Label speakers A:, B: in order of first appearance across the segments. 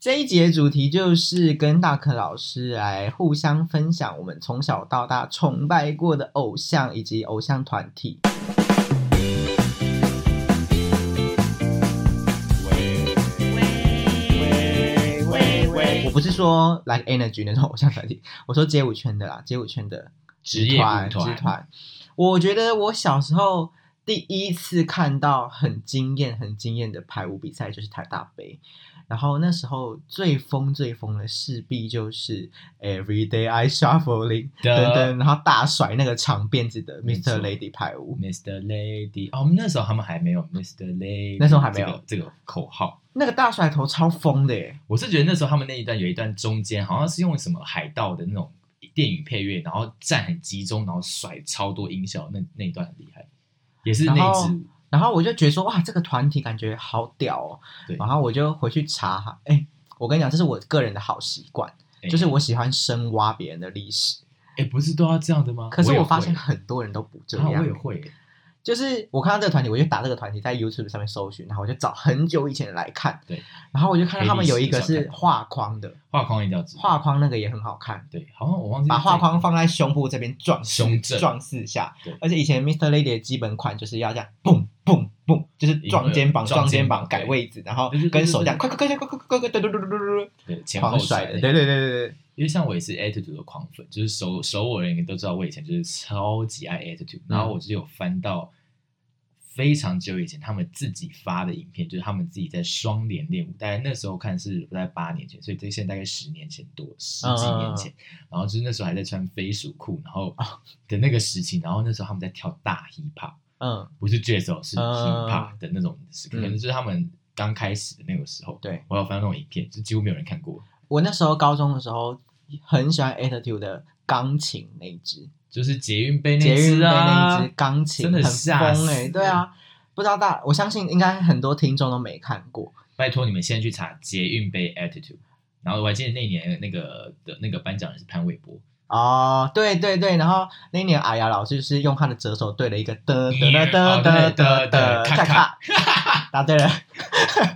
A: 这一节主题就是跟大可老师来互相分享我们从小到大崇拜过的偶像以及偶像团体。
B: 喂喂
A: 我
B: 喂，
A: 不是说 like energy 那种偶像团体，我说街舞圈的啦，街舞圈的
C: 职业舞
A: 团
C: 团
A: 职团。我觉得我小时候第一次看到很惊艳、很惊艳的排舞比赛，就是台大杯。然后那时候最疯最疯的势必就是 Every Day I Shuffling
C: 的
A: 等等，然后大甩那个长辫子的
C: 没错
A: Mr. Lady 排舞。
C: Mr. Lady，哦，我们那时候他们还没有 Mr. Lady，
A: 那时候还没有
C: 这个这个口号。
A: 那个大甩头超疯的耶！
C: 我是觉得那时候他们那一段有一段中间好像是用什么海盗的那种电影配乐，然后站很集中，然后甩超多音效，那那一段很厉害，也是那
A: 然
C: 一
A: 后
C: 支舞
A: 然后我就觉得说，哇，这个团体感觉好屌哦。
C: 对
A: 然后我就回去查哈，哎，我跟你讲，这是我个人的好习惯，
C: 哎
A: 就是我喜欢深挖别人的历史。
C: 哎、不是都要这样的吗？
A: 可是
C: 我也
A: 我
C: 会
A: 发现很多人都不这
C: 啊，我也
A: 样，
C: 会，
A: 就是我看到这个团体，我就打这个团体在 YouTube 上面搜寻，然后我就找很久以前的来看。
C: 对，
A: 然后我就看到他们有一个
C: 黑历
A: 是
C: 史
A: 画框的，
C: 画框一定要直，
A: 画框那个也很好看。
C: 对，好像我忘记
A: 把
C: 是
A: 画
C: 在
A: 框放在胸部这边撞四
C: 胸正
A: 撞四下
C: 对，
A: 而且以前 Mr. Lady 的基本款就是要这样蹦蹦蹦，就是撞肩膀
C: 一个撞
A: 撞肩
C: 肩膀
A: 膀改
C: 对
A: 位置，然后
C: 对对对
A: 跟
C: 对
A: 手这样
C: 对
A: 快快快快快快快快嘟嘟嘟嘟嘟嘟
C: 对前
A: 狂
C: 后
A: 甩的，
C: 那
A: 对
C: 个
A: 对对对对，
C: 因为像我也是 Attitude 的狂粉，就是熟熟我的人都知道，我以前就是超级爱 Attitude，、然
A: 嗯
C: 后我就有翻到非常久以前他们自己发的影片，就是他们自己在双连练舞，大概那时候看是在八年前，所以这现在大概十年前多，十
A: 嗯
C: 几年前，然后就是那时候还在穿飞鼠裤，然后
A: 哦
C: 的那个时期，然后那时候他们在跳大 hip hop，
A: 嗯，
C: 不是 jazz 哦，是
A: 嗯
C: hip hop 的那种，可能就是他们刚开始的那个时候，
A: 对
C: 我有翻到那种影片，就几乎没有人看过。
A: 我那时候高中的时候很喜欢 Attitude 的钢琴那一支，
C: 就是捷运杯那
A: 捷运
C: 只
A: 杯
C: 啊，
A: 那一支钢琴
C: 真的
A: 很
C: 吓
A: 疯
C: 死
A: 哎，对啊，不知道大我相信应该很多听众都没看过，
C: 拜托你们先去查捷运杯 attitude。然后我还记得那年那个的那个颁奖人是潘玮柏，
A: 哦，对对对，然后那一年阿雅老师就是用他的折手对了一个的的的
C: 哦对
A: 的的
C: 的
A: 的，
C: 的
A: 咔
C: 咔
A: 咔， 答对了。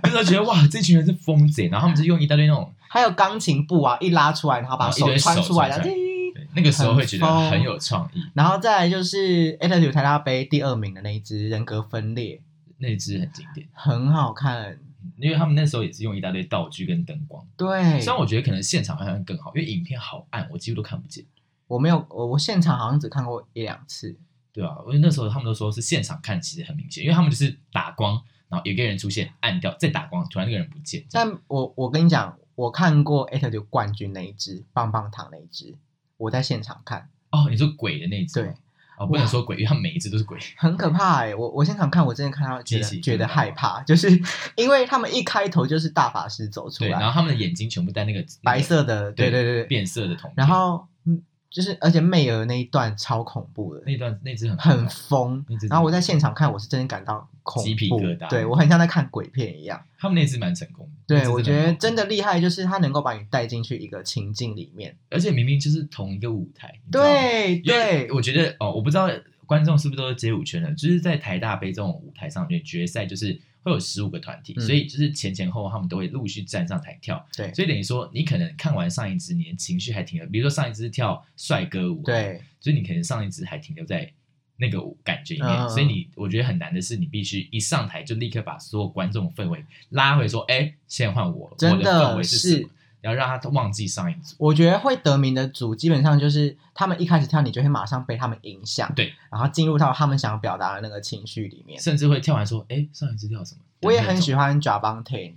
C: 那时候觉得哇，这群人是疯子耶，然后他们就用一大堆那种，
A: 还有钢琴布啊，一拉出来，然后把
C: 哦一
A: 手
C: 堆
A: 穿
C: 手
A: 出来，
C: 穿
A: 然后
C: 出来
A: 叮
C: 对那个时候会觉得
A: 很疯
C: 很有创意，
A: 然后再来就是 Attitude 台大杯第二名的那一只人格分裂，
C: 那支很经典，
A: 很好看。
C: 因为他们那时候也是用一大堆道具跟灯光，
A: 对
C: 虽，然我觉得可能现场好像更好，因为影片好暗，我几乎都看不见，
A: 我没有，我我现场好像只看过一两次。
C: 对啊，因为那时候他们都说是现场看其实很明显，因为他们就是打光，然后有一个人出现暗掉，再打光，突然那个人不见，这样
A: 但我我跟你讲，我看过 Attitude 冠军那一只，棒棒糖那一只，我在现场看，
C: 哦，你说鬼的那一只吗，
A: 对，
C: 哦，不能说鬼，因为他们每一只都是 鬼，
A: 很可怕哎、我我现场看，我真的看到觉得
C: 激起
A: 觉得
C: 对
A: 害怕，就是因为他们一开头就是大法师走出
C: 对，然
A: 来，
C: 后他们的眼睛全部戴那个
A: 白，色的，对对
C: 对那
A: 对
C: 个
A: 对，
C: 变色的瞳片，
A: 然后嗯，就是而且媚儿那一段超恐怖的，
C: 那段那只很
A: 很疯
C: 那只。
A: 然后我在现场看，我是真的感到恐
C: 鸡皮
A: 怖
C: 疙，瘩
A: 对我很像在看鬼片一样。
C: 他们那只蛮成功的，那
A: 对，
C: 只
A: 我觉
C: 很
A: 得
C: 成功
A: 真的，厉害，就是他能够把你带进去一个情境里面。
C: 而且明明就是同一个舞台，你知道吗，
A: 对
C: 因为
A: 对，
C: 我觉得哦，我不知道观众是不是都是街舞圈的，就是在台大杯这种舞台上面，决赛就是会有十五个团体，
A: 嗯
C: 所以就是前前后后他们都会陆续站上台跳，
A: 对
C: 所以等于说你可能看完上一支，你的情绪还停留，比如说上一支是跳帅哥舞，，啊
A: 对
C: 所以你可能上一支还停留在那个感觉里面，
A: 嗯嗯
C: 所以你我觉得很难的是，你必须一上台就立刻把所有观众的氛围拉回，说，哎、现在换我，
A: 真的
C: 我的氛围是什
A: 是
C: 么？然后让他忘记上一组，
A: 我觉得会得名的组，基本上就是他们一开始跳，你就会马上被他们影响，
C: 对，
A: 然后进入到他们想要表达的那个情绪里面。
C: 甚至会跳完说，哎、上一支跳什么？
A: 我也很
C: 喜欢。
A: 喜欢 j a b a n t e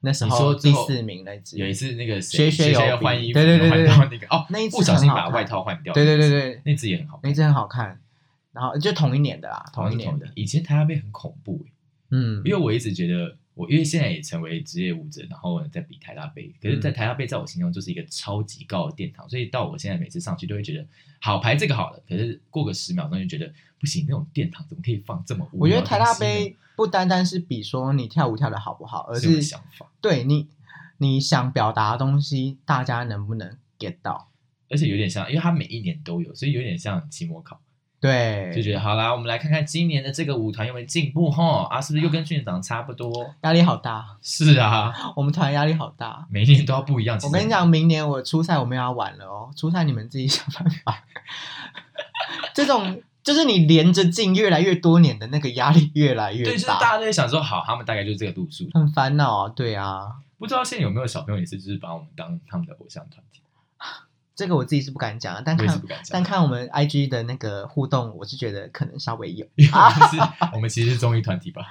A: 那时
C: 你说
A: 候
C: 之
A: 第
C: 后
A: 四名那支，
C: 有一次那个
A: 学
C: 谁
A: 学
C: 学
A: 有
C: 要
A: 比
C: 换衣服，
A: 对对对对
C: 然后换到那个哦，
A: 那一次
C: 不小心
A: 很好
C: 把
A: 看
C: 外套换掉，
A: 对对对，对，
C: 那只也很好看，
A: 那支很好看，然后就同一年的啦，
C: 好
A: 同
C: 像
A: 一
C: 是
A: 年的，
C: 以前台大杯很恐怖欸，
A: 嗯，
C: 因为我一直觉得我因为现在也成为职业舞者，然后在比台大杯，可是，在
A: 嗯
C: 台大杯在我心中就是一个超级高的殿堂，所以到我现在每次上去都会觉得好排这个好了，可是过个十秒钟就觉得不行，那种殿堂怎么可以放这么无
A: 我觉
C: 聊
A: 得
C: 的
A: 台大
C: 东西呢
A: 杯不单单是比说你跳舞跳的好不好，而
C: 是我的
A: 是
C: 想法，
A: 对你你想表达的东西，大家能不能 get 到？
C: 而且有点像，因为它每一年都有，所以有点像期末考。
A: 对，
C: 就觉得好啦，我们来看看今年的这个舞团有没有进步吼啊，是不是又跟去年长得差不多？
A: 压力好大，
C: 是啊，
A: 我们团压力好大。
C: 每一年都要不一样。其
A: 我
C: 实
A: 跟你，讲，明年我初赛我们要玩了哦，初赛你们自己想办法。这种就是你连着进越来越多年的那个压力越来越
C: 对，就是
A: 大，
C: 大家都在想说，好，他们大概就是这个度数。
A: 很烦恼啊。对啊，
C: 不知道现在有没有小朋友也是，就是把我们当他们的偶像团体，
A: 这个我自己是不敢讲，啊但
C: 我也是
A: 看
C: 不敢讲
A: 但。看我们 IG 的那个互动，我是觉得可能稍微有。
C: 因为我们是， 我们其实是综艺团体吧？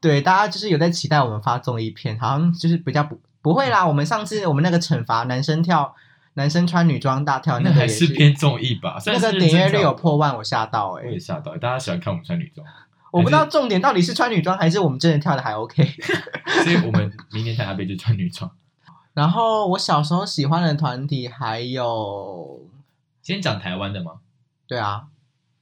A: 对，大家就是有在期待我们发综艺片，好像就是比较不不会啦。我们上次我们那个惩罚男生跳，男生穿女装大跳
C: 那
A: 啊个
C: 还
A: 也
C: 是偏综艺吧？虽
A: 那个
C: 然是
A: 点阅
C: 真
A: 率
C: 跳
A: 有破万，我吓到哎、
C: 我也吓到，大家喜欢看我们穿女装，
A: 我不知道重点到底是穿女装还是我们真的跳的还 OK。
C: 所以我们明年台大杯就穿女装。
A: 然后我小时候喜欢的团体还有，
C: 先讲台湾的吗
A: 对啊，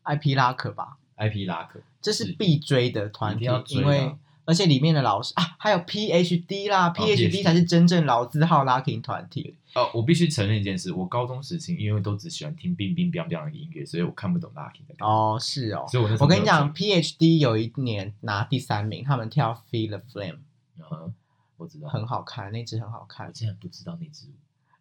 A: 艾皮拉克吧，
C: ？IP 拉克，
A: 这是
C: 是
A: 必追的团体
C: 一定要，追
A: 因
C: 的啊
A: 为而且里面的老师啊，还有 PhD 啦、p h d
C: PhD
A: 才是真正老字号拉丁团体。
C: 哦，我必须承认一件事，我高中时期因为都只喜欢听冰冰冰冰的音乐，所以我看不懂拉丁的。
A: 哦，是哦。
C: 所以我那时
A: 我
C: 候没
A: 跟
C: 有
A: 你讲，PhD 有一年拿第三名，他们跳《Feel the Flame
C: 追，嗯，我知》道，
A: 很好看，那支很好看
C: 我。竟然不知道那支舞，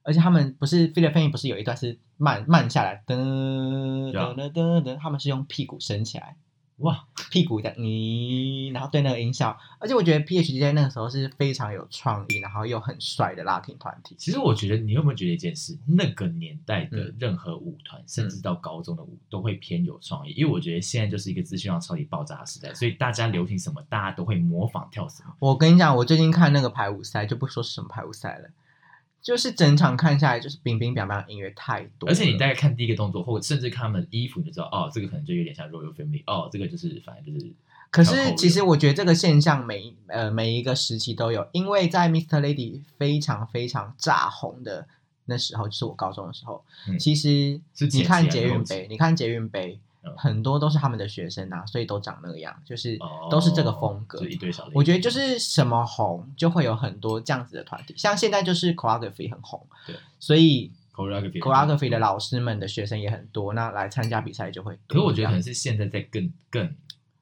A: 而且他们不是《Feel the Flame》，不是有一段是慢慢下来，噔
C: 对啊
A: 噔噔噔噔，他们是用屁股升起来，
C: 哇，
A: 屁股的你，然后对那个音效。而且我觉得 PhD 在那个时候是非常有创意，然后又很帅的拉丁团体。
C: 其实我觉得，你有没有觉得一件事？那个年代
A: 嗯
C: 的任何舞团，甚至到高中的舞，都会偏有创意。因为我觉得现在就是一个资讯量超级爆炸的时代，所以大家流行什么，大家都会模仿跳什么。
A: 我跟你讲，我最近看那个排舞赛，就不说是什么排舞赛了，就是整场看下来，就是冰冰凉凉音乐太多了，
C: 而且你大概看第一个动作，或者甚至看他们的衣服，你就知道哦，这个可能就有点像 Royal Family，哦，这个就是反正就是。
A: 可
C: 跳
A: 是
C: 后
A: 其实
C: 流
A: 我觉得这个现象每呃每一个时期都有，因为在 Mr. Lady 非常非常炸红的那时候，就是我高中的时候，
C: 嗯
A: 其实
C: 是前
A: 你
C: 期
A: 看
C: 还
A: 捷
C: 是后
A: 运
C: 期
A: 杯，你看捷运杯。
C: 嗯
A: 很多都是他们的学生啊，所以都长那样，就是
C: 哦
A: 都是这个风格。
C: 就一堆小的。
A: 我觉得就是什么红，就会有很多这样子的团体。像现在就是 choreography 很红，
C: 对，
A: 所以
C: choreography
A: choreography 的。老师们的学生也很多，那来参加比赛就会多。
C: 嗯可是我觉得可能是现在在更更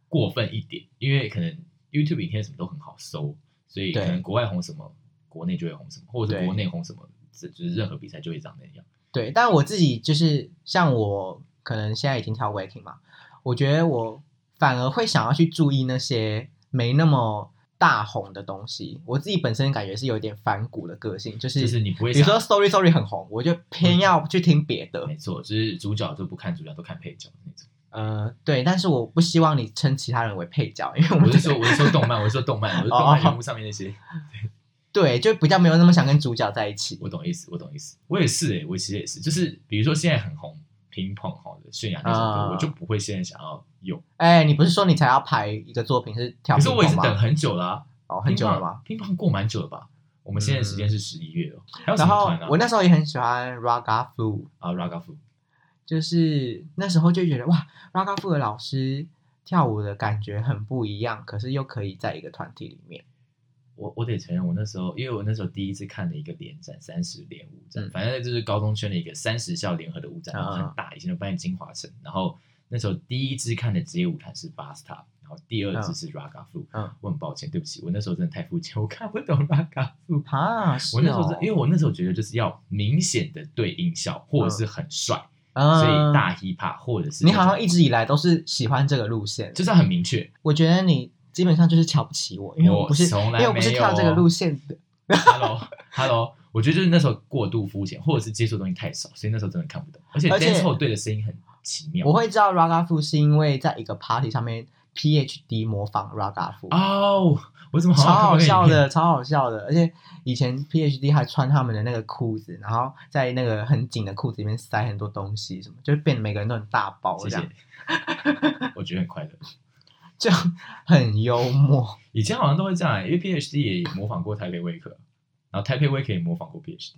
C: 过分一点，因为可能 YouTube 影片什么都很好搜，所以
A: 对
C: 可能国外红什么，国内就会红什么，或者
A: 对
C: 是国内红什么，这就是任何比赛就会长那样。
A: 对，但我自己就是像我，可能现在已经跳 waking 嘛，我觉得我反而会想要去注意那些没那么大红的东西。我自己本身感觉是有点反骨的个性，就是
C: 就是你不嗯会
A: 比如说
C: 想
A: sorry sorry 很红，我就偏要去听别的。
C: 没错，就是主角都不看主角，都看配角那 种。
A: 呃，对，但是我不希望你称其他人为配角，因为我
C: 我
A: 们
C: 是说，我是说动漫，我是说动漫，我是动
A: 哦
C: 漫
A: 哦
C: 人物上面那些。
A: 对就比较没有那么想跟主角在一起。
C: 我懂意思，我懂意思。我也是诶、我其实也是，就是比如说现在很红乒乓红的《泫雅》那首
A: 啊
C: 歌，我就不会现在想要用。
A: 哎，你不是说你才要排一个作品是跳
C: 可
A: 舞
C: 是我也是
A: 吗
C: 等很久了啊。
A: 哦，很久了吗？
C: 乒乓？乒乓过蛮久了吧？我们现在时间是十一月哦。还有什
A: 然
C: 么
A: 后
C: 团啊？
A: 我那时候也很喜欢 Raga Flu，
C: 啊，Raga Fu，
A: 就是那时候就觉得哇，Raga Fu 的老师跳舞的感觉很不一样，可是又可以在一个团体里面。
C: 我我得承认，我那时候因为我那时候第一次看了一个联展，三十联舞展，
A: 嗯
C: 反正就是高中圈的一个三十校联合的舞展，
A: 嗯
C: 然后很大，以前就办在金华城。然后那时候第一支看的职业舞台是 Basta，然后第二支是 Raga Fu。
A: 嗯
C: 我很抱歉，对不起，我那时候真的太肤浅，我看不懂 Raga Fu。
A: 啊，是
C: 我那时候
A: 哦
C: 真，因为我那时候觉得就是要明显的对音效，或者是很帅，
A: 嗯
C: 所以大 hip hop 或者是
A: 你好像一直以来都是喜欢这个路线，
C: 就是很明确，
A: 我觉得你基本上就是瞧不起我，因为我
C: 我
A: 不是，
C: 从
A: 因
C: 来
A: 为我不是
C: 没有
A: 跳这个路线的。
C: Hello，Hello，我觉得就是那时候过度肤浅，或者是接触的东西太少，所以那时候真的看不懂。而且
A: 而且
C: dance 后对的声音很奇妙。
A: 我会知道 Raga Fu 是因为在一个 party 上面 PhD 模仿 Raga Fu，、
C: 哦，我怎么 好
A: 超
C: 像
A: 好
C: 看
A: 笑
C: 过那个影片？
A: 的，超好笑的。而且以前 PhD 还穿他们的那个裤子，然后在那个很紧的裤子里面塞很多东西，什么，就是变得每个人都很大包这
C: 谢
A: 样，
C: 谢，我觉得很快乐。
A: 就很幽默。
C: 以前好像都会这样、欸因为 PhD 也模仿过台北威克，然后台北威克也模仿过 PhD。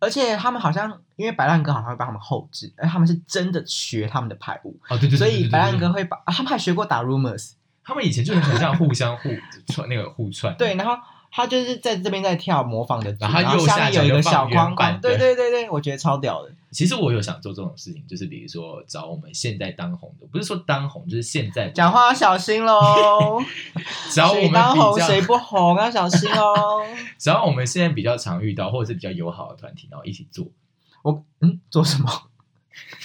A: 而且他们好像因为白浪哥好像会帮他们后置，而他们是真的学他们的排舞，
C: 哦，对对对
A: 所以白
C: 兰
A: 浪哥会把、啊他们还学过打 rumors，
C: 他们以前就很想这样互相互串那个互串。
A: 对，然后他就是在这边在跳模仿的
C: 然后它
A: 然后
C: 右
A: 下
C: 下
A: 面
C: 角
A: 有一
C: 就
A: 个
C: 放
A: 小
C: 原
A: 框
C: 版
A: 框，对
C: 的
A: 对对对，我觉得超屌的。
C: 其实我有想做这种事情，就是比如说找我们现在当红的，不是说当红，就是现在
A: 讲话要小心 喽，
C: 找我们
A: 谁
C: 比
A: 当红谁
C: 较，
A: 不红要小心 哦。
C: 只要我们现在比较常遇到或者是比较友好的团体，然后一起做，
A: 我嗯，做什么？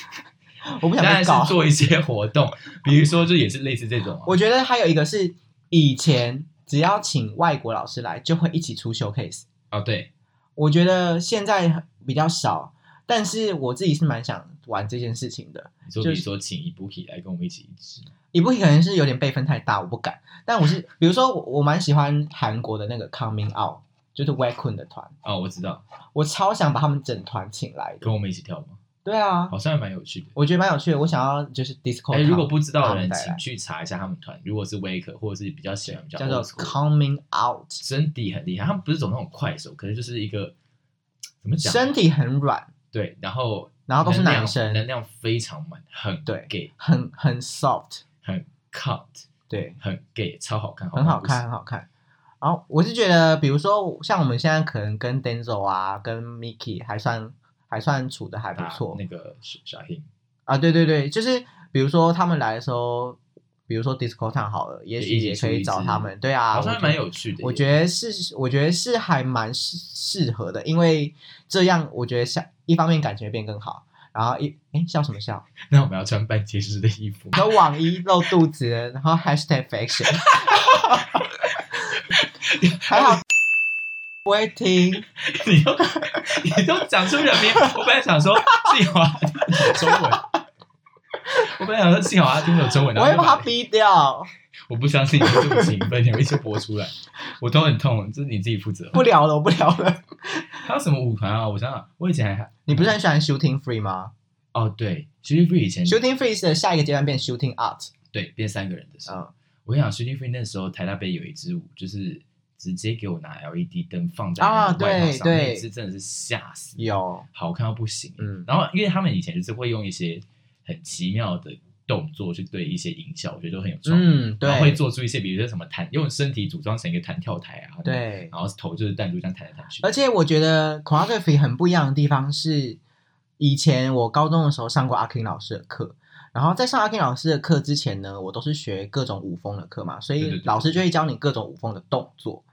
A: 我不想
C: 当
A: 被
C: 然
A: 搞
C: 是。做一些活动，比如说就也是类似这种、啊。
A: 我觉得还有一个是以前只要请外国老师来，就会一起出 showcase。
C: 哦，对，
A: 我觉得现在比较少，但是我自己是蛮想玩这件事情的。
C: 你说比
A: 就
C: 如
A: 是
C: 说请伊布 k 来跟我们一起一起
A: 也不可能是有点辈分太大，我不敢。但我 是，比如说我我蛮喜欢韩国的那个 Coming Out，就是 w a c o n 的团，
C: 哦，我知道，
A: 我超想把他们整团请来的。
C: 跟我们一起跳吗？
A: 对啊，
C: 好像还蛮有趣的。
A: 我觉得蛮有趣的。我想要就是 disco，
C: 哎，
A: 团
C: 如果不知道
A: 把他
C: 的
A: 们
C: 人，
A: 带
C: 请
A: 来
C: 去查一下他们团，如果是 Wake 或者是比较喜欢比较
A: 叫做
C: old school
A: Coming Out，
C: 身体很厉害，他们不是走那种快手，可是就是一个怎么讲？啊
A: 身体很软，
C: 对，然后
A: 然后都是
C: 能量
A: 男生
C: 能量非常满，很
A: 对
C: gay，
A: 很很 soft，
C: 很 cut，
A: 对，
C: 很 gay，超好看，
A: 很好
C: 不行
A: 看，很好看。然后我是觉得，比如说像我们现在可能跟 Denzel 啊，跟 Mickey 还算还算处的还不
C: 打
A: 错，
C: 那个小黑
A: 啊，对对对，就是比如说他们来的时候，比如说 Disco Town 好了，也
C: 也
A: 许
C: 一起
A: 也
C: 出
A: 可以
C: 一
A: 找
C: 支
A: 他们。对啊，
C: 好
A: 我
C: 像还
A: 觉
C: 蛮
A: 得。
C: 有趣的耶。
A: 我觉得是，我觉得是还蛮适适合的，因为这样我觉得像一方面感情会变更好，然后一哎笑什么笑？
C: 那我们要穿半截式的衣服 吗，
A: 有网衣露肚子，然后 Hashtag Fashion，还好不会听，
C: 你都你都讲出人名，我本来想说季华听不懂中文， 我本来想说季华听不懂中文，
A: 我
C: 然
A: 会
C: 后就
A: 把它
C: 把
A: 逼掉，
C: 我不相信你会这么勤奋，你会一直播出来， 我头很痛，这是你自己负责。
A: 不聊了，我不聊了。
C: 还有什么舞团啊？我想想，我以前还
A: 你不是很喜欢 Shooting Free 吗
C: 哦，对，徐立夫以前
A: ？Shooting Free 的下一个阶段变 Shooting Art，
C: 对变三个人的时候，
A: 嗯。
C: 我跟你讲，徐立夫那时候台大杯有一支舞，就是直接给我拿 LED 灯放在
A: 啊
C: 那个外套
A: 对
C: 上，那
A: 对
C: 一支真的是吓死，
A: 有，
C: 好看到不行。
A: 嗯，
C: 然后因为他们以前就是会用一些很奇妙的动作去对一些音效，我觉得都很有创意。
A: 嗯，
C: 然后会
A: 对，
C: 做出一些，比如说什么弹，用身体组装成一个弹跳台啊，，
A: 对，
C: 然后头就是弹珠这样弹来弹去。
A: 而且我觉得 choreography 很不一样的地方是，以前我高中的时候上过阿 King 老师的课，然后在上阿 King 老师的课之前呢，我都是学各种舞风的课嘛，所
C: 对对
A: 以
C: 对
A: 老师就会教你各种舞风的动作。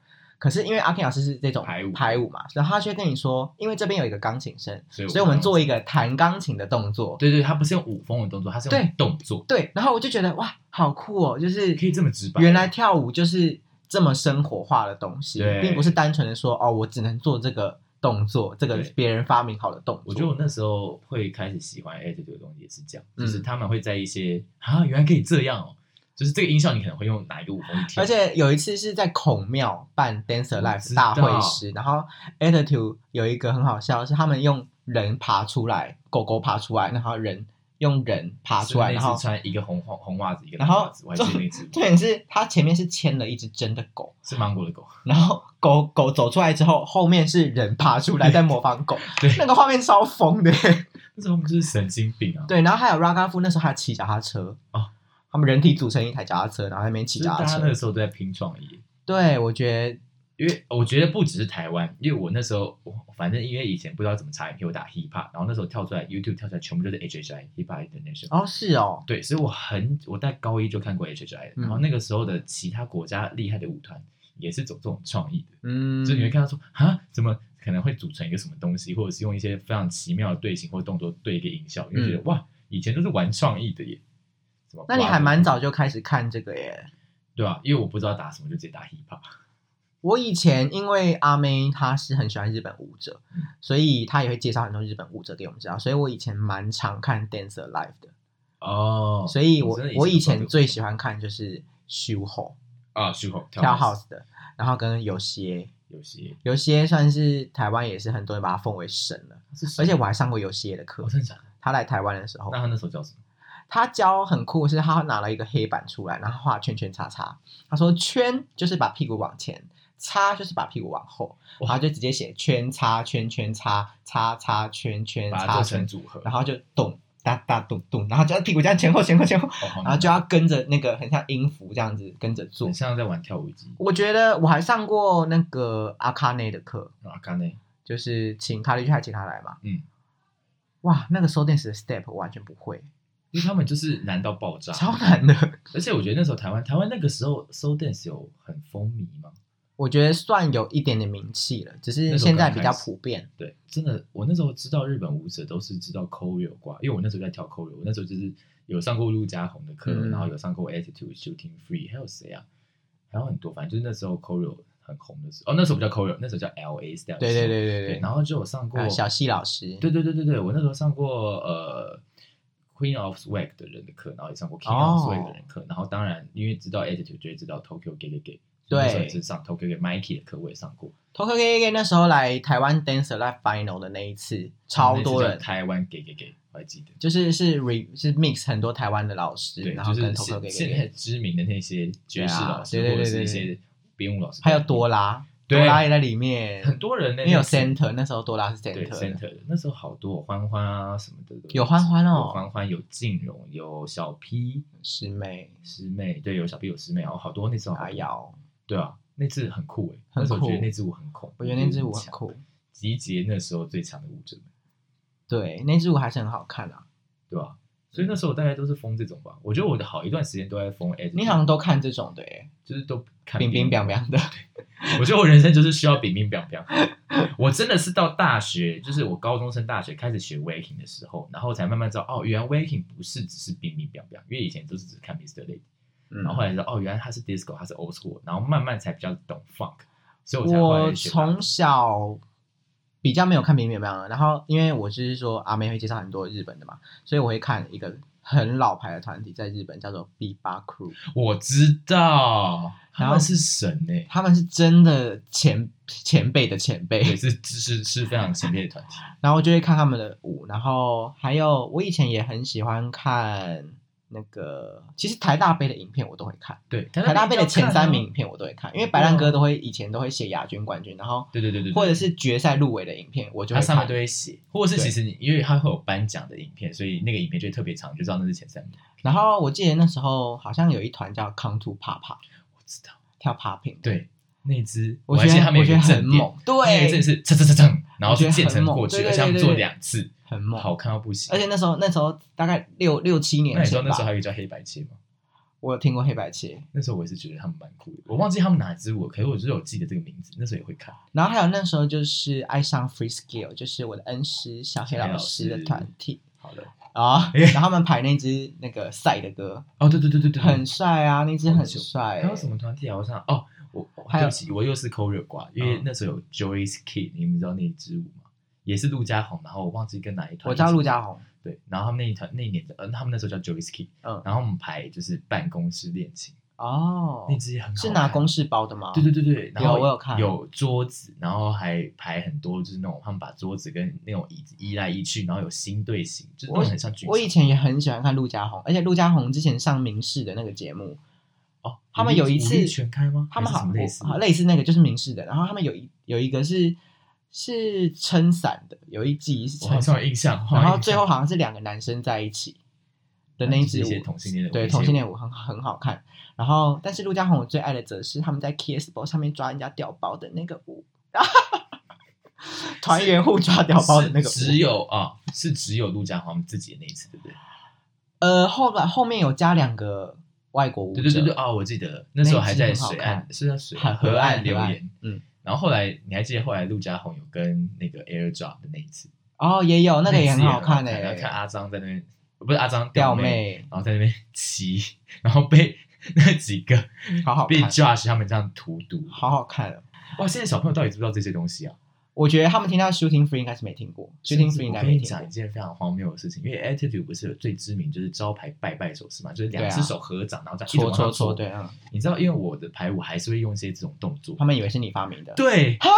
A: 可是因为阿 King 老师是这种
C: 排舞
A: 排舞嘛，然后他就会跟你说，因为这边有一个钢琴声，
C: 所以
A: 所以我们做
C: 一
A: 一个弹钢琴的动作。
C: 对对，他不是用舞风的动作，他是用
A: 对
C: 动作，
A: 对，然后我就觉得哇，好酷哦，就是
C: 可以这么直白。
A: 原来跳舞就是这么生活化的东西
C: 对，
A: 并不是单纯的说哦，我只能做这个动作，这个
C: 对
A: 别人发明好的动作。
C: 我觉得我那时候会开始喜欢 attitude 的东西也是这样，
A: 嗯
C: 就是他们会在一些啊，原来可以这样哦，就是这个音效你可能会用哪一个舞风去跳，
A: 而且有一次是在孔庙办 Dancer
C: 我
A: Life
C: 知道
A: 大会时，然后 Attitude 有一个很好笑，是他们用人爬出来，狗狗爬出来，然后人用人爬出来，
C: 是类
A: 然
C: 似
A: 后
C: 穿一个红红红袜子，一个
A: 然
C: 蓝
A: 后
C: 袜子，我还记 得那只
A: 重点是它前面是牵了一只真的狗，
C: 是芒果的狗，
A: 然 后狗狗走出来之后，后面是人爬出来在模仿狗，
C: 对，
A: 那个画面超疯的。
C: 那时候他们就是神经病啊，
A: 对，然后还有 Raga 夫那时候还骑脚踏车
C: 哦
A: 他们人体组成一台脚踏车，然后在那边骑
C: 其实
A: 脚踏
C: 大家那个
A: 车。
C: 时候都在拼创意，
A: 对，我觉得
C: 因为我觉得不只是台湾，因为我那时候我反正因为以前不知道怎么查 MPO 打 hip hop，然后那时候跳出来 YouTube 跳出来全部都是 HHI hip hop international。
A: 哦是哦，
C: 对，所以我很我在高一就看过 HHI，
A: 嗯
C: 然后那个时候的其他国家厉害的舞团也是走这种创意的，
A: 嗯，
C: 就你会看到说啊，怎么可能会组成一个什么东西，或者是用一些非常奇妙的队形或动作对一个音效，你就觉得、哇，以前都是玩创意的耶。什么
A: 嗯那你还蛮早就开始看这个耶。
C: 对吧、因为我不知道打什么，就直接打 hip hop。
A: 我以前因为阿妹她是很喜欢日本舞者，所以她也会介绍很多日本舞者给我们知道，所以我以前蛮常看 Dancer Live 的，
C: 哦，
A: 所以我
C: 真的
A: 我以
C: 不知道这
A: 前
C: 个
A: 最喜欢看就是 Shu Ho
C: 啊，虚吼
A: 跳 House 的，然后跟有些
C: 有些，
A: 有些算是台湾也是很多人把他奉为神了，而且我还上过有些的课
C: 哦我，真的假的？
A: 他来台湾的时候
C: 那，他那时候叫什么？
A: 他教很酷，是他拿了一个黑板出来，然后画圈圈叉叉。他说圈就是把屁股往前，叉就是把屁股往后，
C: 哇
A: 然后就直接写圈叉圈圈叉叉叉圈圈
C: 把它做
A: 叉圈
C: 成，组合，
A: 嗯然后就咚哒哒咚咚，然后就要屁股这样前后前后前后，
C: 好
A: 然后就要跟着那个很像音符这样子跟着做
C: 哦很。像在玩跳舞机。
A: 我觉得我还上过那个阿卡内的课，
C: 啊，刚内
A: 就是请卡利去还请他来嘛。
C: 嗯，
A: 哇，那个收电时的 step 我完全不会，
C: 因为他们就是难到爆炸，
A: 超难的。
C: 而且我觉得那时候台湾，台湾那个时候 So Dance 有很风靡嘛，
A: 我觉得算有一点点名气了，只
C: 那
A: 是
C: 时候
A: 现在比
C: 刚开
A: 较
C: 始
A: 普遍。
C: 对，真的，我那时候知道日本舞者都是知道 choreo 挂，因为我那时候在跳 choreo，我那时候就是有上过陆家宏的课，
A: 嗯
C: 然后有上过 attitude shooting free，还有谁啊？还有很多，反正就是那时候 choreo 很红的时候，哦，那时候不叫 choreo，那时候叫 LA style，
A: 对对对对
C: 对，然后就有上过
A: 啊小西老师，
C: 对对对对对，我那时候上过呃 Queen of Swag 的人的课，然后也上过 King
A: 哦
C: of Swag 的人课，然后当然因为知道 Attitude 就会知道 Tokyo Gay Gay Gay，
A: 对
C: 那时候也是上 Tokyo Gay Mikey 的课，我也上过，
A: Tokyo K K 那时候来台湾 Dancer Live Final 的那一次，超多
C: 哦那次
A: 人
C: 叫，台湾 Gay Gay Gay，我还记得。
A: 就是是 re 是 mix 很多台湾的老师，
C: 对，
A: 然后
C: 就
A: 跟
C: 是
A: Tokyo K
C: 现现在
A: K，
C: 知名的那些爵士老师，
A: 对啊对对对
C: 或者是一
A: 对对
C: 些编舞老师，
A: 还有多拉，
C: 对
A: 多拉也在里面，
C: 很多人呢，
A: 因为有
C: 那个
A: center，那时候多拉是
C: 对
A: center，
C: center 的，那时候好多欢欢啊什么的，
A: 有欢欢哦
C: 有欢欢有静容，有小 P
A: 师妹
C: 师妹，对，有小 P 有师妹，然后好多那时候好
A: 阿
C: 多
A: 瑶，
C: 对啊，那支很酷诶，
A: 很
C: 那时候我觉
A: 酷
C: 得那支舞嗯很酷，
A: 我觉得那支舞很酷，
C: 集结那时候最强的舞者们，
A: 对，那支舞还是很好看啊。
C: 对吧？所以那时候我大概都是疯这种吧，我觉得我的好一段时间都在疯 Attitude，
A: 你好像都看这种的耶，
C: 就是都看
A: 冰冰
C: 冰
A: 凉凉的，
C: 我觉得我人生就是需要饼饼表表。 我真的是到大学，就是我高中升大学开始学 waking 的时候，然后才慢慢知道，哦，原来 waking 不是只是饼饼表表，因为以前都是只看 Mr. Lady，
A: 然
C: 然后后来知道，哦，原来他是 disco，他是 old school，然后慢慢才比较懂 funk，所以我才后
A: 我
C: 来学 funk。
A: 从小比较没有看平面版，然后因为我就是说阿妹会介绍很多日本的嘛，所以我会看一个很老牌的团体在日本叫做 B 八 Crew，
C: 我知道，
A: 然
C: 他
A: 后
C: 们是神欸呢、
A: 他们是真的前前辈的前
C: 也
A: 辈，
C: 是是是非常前面的团体。
A: 然后就会看他们的舞，然后还有我以前也很喜欢看。那个其实台大杯的影片我都会看，
C: 对，
A: 台大杯的前三名
C: 要
A: 影
C: 看啊
A: 片我都会看，因为白兰哥都会以前都会写亚军、冠军，然后
C: 啊，对对对对，对啊
A: 或者是决赛入围的影片，我就
C: 它
A: 会
C: 上
A: 看
C: 面都。会写，或者是其实你因为它会有颁奖的影片，所以那个影片就会特别长，就知道那是前三名。
A: 然后我记得那时候好像有一团叫 Come to Papa
C: 我知道，
A: 跳 popping，，
C: 对，那只
A: 我
C: 还
A: 觉
C: 记
A: 得
C: 得他们
A: 我
C: 有一
A: 觉
C: 个
A: 得
C: 正
A: 很
C: 片，
A: 猛，
C: 那
A: 对
C: 个，真的是蹭蹭蹭蹭，然后
A: 我觉得
C: 是
A: 很
C: 建成过
A: 猛
C: 去，
A: 对对
C: 而且他们
A: 对对
C: 做
A: 对
C: 两次，
A: 很猛。
C: 好看到不行。
A: 而且那时候那时候大概六六七
C: 那
A: 年
C: 你知道
A: 前
C: 那时候还
A: 吧，
C: 有一个叫黑白切吗？
A: 我有听过黑白切，
C: 那时候我也是觉得他们蛮酷的，我忘记他们哪支舞，可是我就是有记得这个名字，那时候也会看。
A: 然后还有那时候就是爱上 Free Skill，就是我的恩师小黑
C: 小黑
A: 老
C: 老
A: 师的
C: 师
A: 团体
C: 好了，
A: 啊，
C: 哎
A: 然后他们排那支那个赛的歌
C: 哦，对对对对对，对
A: 很帅啊，那支很帅，
C: 还有什么团体啊？我想哦，我我
A: 还有
C: 对不起，我又是抠热瓜，因为
A: 嗯
C: 那时候有 Joyce Kid，你们知道那一支舞吗？也是陆家红，然后我忘记跟哪一团。
A: 我知道陆家宏，
C: 对，然后他们那一团那一年的，呃，他们那时候叫 Joyce Kid，
A: 嗯，
C: 然后我们排就是办公室恋情，
A: 哦，
C: 那支也很好
A: 是拿
C: 看
A: 公式包的吗？
C: 对对对对，然后
A: 有我有看
C: 有桌子，然后还排很多，就是那种他们把桌子跟那种椅子移来移去，然后有新队形，就是那
A: 我
C: 种很像剧场。
A: 我以前也很喜欢看陆家宏，而且陆家宏之前上明视的那个节目，
C: 哦，
A: 他们有一次
C: 武力全开吗？
A: 他们
C: 还是
A: 好
C: 什么类似
A: 我好类似那个就是明视的，然后他们有一有一个是是撑伞的，有一集是
C: 我好
A: 撑伞，
C: 像有印象。我好像
A: 然后
C: 有印
A: 最
C: 象
A: 后好像是两个男生在一起的那一支
C: 一
A: 舞
C: 些，同性恋的
A: 对
C: 一些
A: 同性恋舞很很好看。然后，但是陆家宏我最爱的则是他们在 Kiss Ball 上面抓人家屌包的那个舞，团员互 抓屌包的那个舞。
C: 是只有啊，是只有陆家华们自己的那一次，对不对？
A: 呃，后来后面有加两个外国舞者，
C: 对对对对啊、我记得那时候还在
A: 那
C: 水
A: 一
C: 岸，是在水
A: 很
C: 岸
A: 河
C: 河
A: 岸
C: 岸留
A: 河岸
C: 言，
A: 嗯。
C: 然后后来你还记得后来陆家宏有跟那个 AirDrop 的那一次，
A: 哦，也有那个
C: 一
A: 也
C: 次也
A: 很好看欸诶、
C: 然后看阿张在那边，不是阿张
A: 吊
C: 妹，
A: 妹
C: 然后在那边 骑，然后被 那几个
A: 好好
C: 被
A: 看，
C: Josh 他们这样荼毒。
A: 好好看哦。
C: 哇，现在小朋友到底知不知道这些东西啊？
A: 我觉得他们听到 Shooting Free 应该是没听过，Shooting
C: 甚
A: Free
C: 至
A: 应
C: 我
A: 该
C: 跟
A: 没
C: 你
A: 听
C: 讲
A: 过
C: 一。件非常荒谬的事情，因为 Attitude 不是有最知名就是招牌拜拜手势嘛，就是两
A: 对啊
C: 只手合掌，然后这样一直
A: 戳
C: 往上
A: 戳戳，对，嗯，
C: 你知道，因为我的排舞还是会用一些这种动作
A: 他。们以为是你发明的。，
C: 对，哈，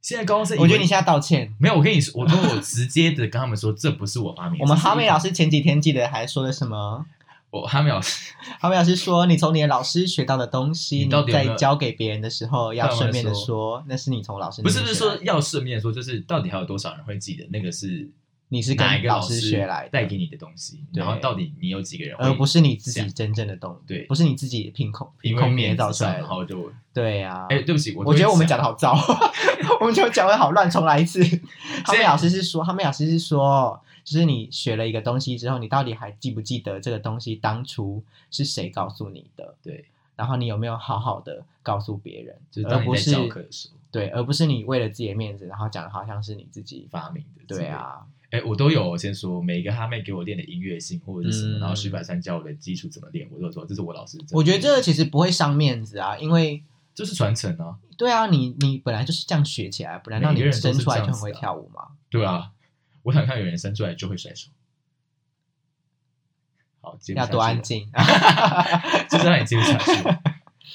C: 现在高中生以为，
A: 我觉得你现在道歉。
C: 没有。我跟你说，我都有直接的跟他们说，这不是我发明的。
A: 我们
C: 这是
A: 哈妹
C: 一个
A: 老，师前几天记得还说了什么？
C: 我哈妹老师，
A: 哈妹老师说，你从你的老师学到的东西，
C: 你到底
A: 你
C: 有没有
A: 在教给别人的时候，要
C: 干嘛
A: 顺便的
C: 说
A: 说，那是你从老师那
C: 不是
A: 边
C: 不是
A: 学来
C: 说
A: 的
C: 要顺便说，就是到底还有多少人会记得那个是
A: 你是
C: 哪
A: 跟
C: 一个老
A: 师学来
C: 带给
A: 你，
C: 你的东西，
A: 对
C: 然后到底你有几个人会，
A: 而不是你自
C: 这
A: 己
C: 样
A: 真正的动力，
C: 对
A: 不是你自己凭空凭
C: 因为
A: 空
C: 面
A: 捏
C: 子
A: 造出
C: 上
A: 来
C: 然
A: 的。
C: 后就
A: 对呀、
C: 哎，对不起，我
A: 我觉得我们讲的
C: 的
A: 好糟， 我们就讲的好乱，重来一次。哈妹老师是说，哈妹老师是说，就是你学了一个东西之后，你到底还记不记得这个东西当初是谁告诉你的？
C: 对，
A: 然后你有没有好好的告诉别人，
C: 就是
A: 而
C: 当
A: 不
C: 呃你
A: 是
C: 在教课的时候
A: 对，而不是你为了自己的面子，然后讲的好像是你自己。
C: 发明的，
A: 对。啊，
C: 哎，我都有，我先说每一个哈妹给我练的音乐性或者是什
A: 嗯
C: 么，然后徐百川教我的基础怎么练，我都有做，这是我老师真的。
A: 我觉得这个其实不会伤面子啊，因为
C: 就是传承啊，
A: 对啊，你你本来就是这样学起来，不难道
C: 每个
A: 你
C: 人都
A: 生
C: 是
A: 出来
C: 这
A: 就
C: 样
A: 很会
C: 子啊
A: 跳舞吗？
C: 对啊。我想看有人生出来就会甩手，好，接不
A: 要
C: 下
A: 多
C: 去
A: 安
C: 了，
A: 静。
C: 就是让你接不下去了。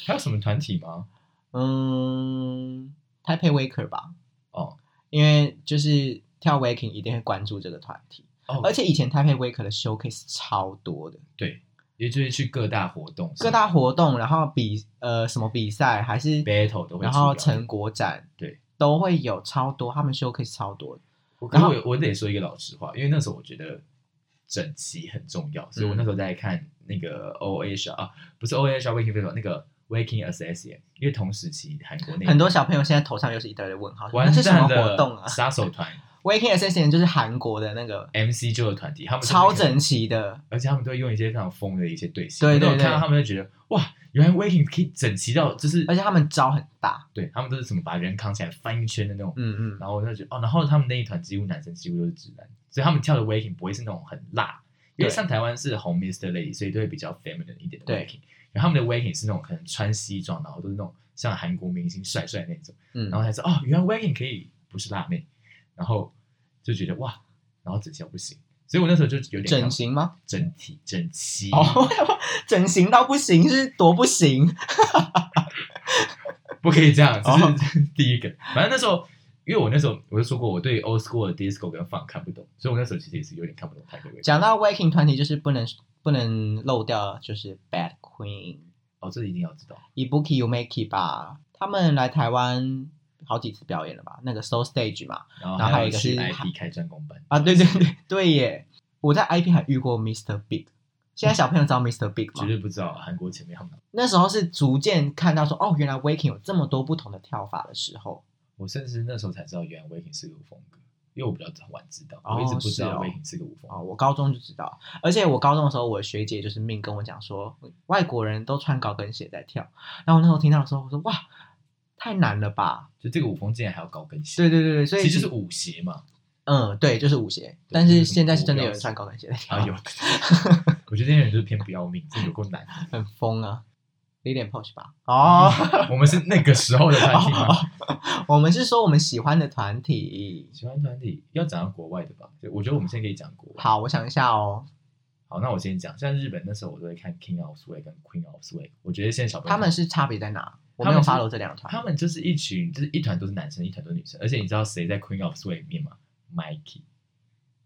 C: 还有什么团体吗？
A: 嗯，台北 Waker 吧，
C: 哦
A: 因为就是跳 Waking 一定会关注这个团体，
C: 哦，
A: 而且以前台北 Waker 的 showcase 超多的，
C: 对，也就是去各大活动，
A: 各大活动，然后比呃什么比赛还是
C: battle 都会出
A: 然后
C: 表演
A: 成果展
C: 对
A: 都会有超多，他们 showcase 超多的。
C: 我
A: 然
C: 然
A: 后
C: 后我我得说一个老实话，因为那时候我觉得整齐很重要，
A: 嗯
C: 所以我那时候在看那个 O A s 啊，不是 O A s Waking People 那个 Waking Assassin，因为同时期韩国那个
A: 很多小朋友现在头上又是一堆的问号，那
C: 完
A: 是什么
C: 蛋的
A: 活动啊
C: 杀手团
A: ？Waking Assassin 就是韩国的那个
C: MC 就的团体，他们就是
A: 超
C: 那个
A: 整，齐的，
C: 而且他们都会用一些非常疯的一些队形，
A: 对对
C: 我那时候看
A: 对
C: 到他们就觉得哇，原来 Waking 可以整齐到就是
A: 而且他们招很大。
C: 对他们都是怎么把人扛起来翻一圈的那种。
A: 嗯嗯，
C: 然后我就觉得哦，然后他们那一团几乎男生几乎都是直男，所以他们跳的 waking 不会是那种很辣，因为
A: 对
C: 像台湾是红 Mr Lady，所以都会比较 feminine 一点的
A: 对
C: waking，然后他们的 waking 是那种可能穿西装，然后都是那种像韩国明星帅帅那种，
A: 嗯，
C: 然后才知道哦，原来 waking 可以不是辣妹，然后就觉得哇，然后整齐到不行，所以我那时候就有点
A: 整形吗？
C: 整体整 齐，
A: 哦，我想说整形到不行是多不行。
C: 不可以这样，这
A: 哦
C: 是这是第一个。反正那时候，因为我那时候我就说过，我对 old school 的 disco 跟 funk 看不懂，所以我那时候其实也是有点看不懂泰国味。
A: 讲到 Waking 团体，就是不能不能漏掉，就是 Bad Queen、
C: 哦，这一定要知道。
A: Ibuki、Umeki 吧，他们来台湾好几次表演了吧？那个 Soul Stage 嘛，
C: 然后
A: 然后还有
C: 有
A: 一个
C: 去
A: 是
C: IP 开专攻班，
A: 啊，对对对对耶！我在 IP 还遇过 Mr. Big，现在小朋友知道 Mr. Big
C: 绝
A: 吗？
C: 对不知道韩国前面他们。
A: 那时候是逐渐看到说，哦，原来 Waking 有这么多不同的跳法的时候，
C: 我甚至那时候才知道，原来 Waking 是个舞风格，因为我比较晚知道，
A: 哦
C: 我一直不知
A: 是
C: 道
A: 哦
C: Waking 是个舞风
A: 啊、
C: 格。
A: 我高中就知道，而且我高中的时候，我的学姐就是命跟我讲说，外国人都穿高跟鞋在跳，然后我那时候听到的时候，我说哇，太难了吧？
C: 就这个舞风竟然还要高跟鞋，
A: 对对对对，所以
C: 其实就是舞鞋嘛。
A: 嗯，对，就是舞鞋，但是现在是真的有
C: 就
A: 人
C: 是
A: 穿高跟鞋在跳，
C: 啊，有，我觉得那些人就是偏不要命，这有够难。
A: 很疯啊，有点 posh 吧？哦，
C: 我们是那个时候的团体吗？
A: 我们是说我们喜欢的团体。
C: 喜欢团体要讲到国外的吧？就我觉得我们现在可以讲国外。
A: 好，我想一下哦，
C: 好，那我先讲，像日本那时候我都会看 King of Swag 跟 Queen of Swag，我觉得现在小朋友
A: 他们是差别在哪？我没
C: 他
A: 有
C: 们是
A: follow 这两个团，
C: 他们就是一群，就是一团都是男生，一团都是女生，而且你知道谁在 Queen of Swag 里面吗？Mikey，Mikey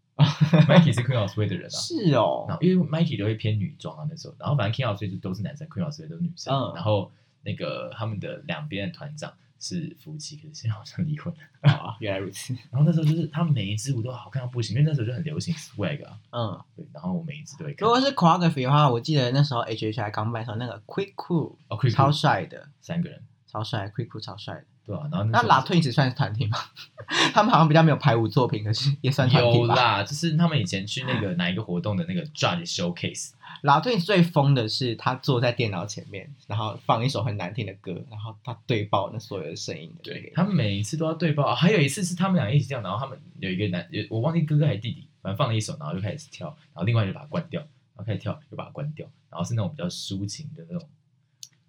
C: 是 Queen of Swag 的人啊。
A: 是哦
C: 然，后因为 Mikey 都会偏女装啊那时候，然后反正 King of Swag 就都是男生，Queen of Swag 都是女生。
A: 嗯
C: 然后那个他们的两边的团长是夫妻，可是现在好像离婚了。
A: 哦原来如此，
C: 然后那时候就是他们每一支舞都好看到不行，因为那时候就很流行 Swag 啊。
A: 嗯。
C: 对，然后我每一支都会看。
A: 如果是 choreography 的话，我记得那时候 H H I 刚办的时候，那个 Quick Cool
C: 哦，Quick Cool
A: 超帅的，
C: 三个人，
A: 超帅，Quick Cool 超帅的。
C: 对啊，然后
A: 那
C: 时候
A: 拉退子算是团体吗？ 他们好像比较没有排舞作品，可是也算团
C: 有
A: 体吧。
C: 啦，就是他们以前去那个哪一个活动的那个 judge showcase，
A: 拉退子最疯的是他坐在电脑前面，然后放一首很难听的歌，然后他对爆那所有的声音的那个。
C: 他们每一次都要对报、啊还有一次是他们俩一起跳，然后他们有一个男，有我忘记哥哥还是弟弟，反正放了一首，然后就开始跳，然后另外就把它关掉，然后开始跳又把它关掉，然后是那种比较抒情的那种，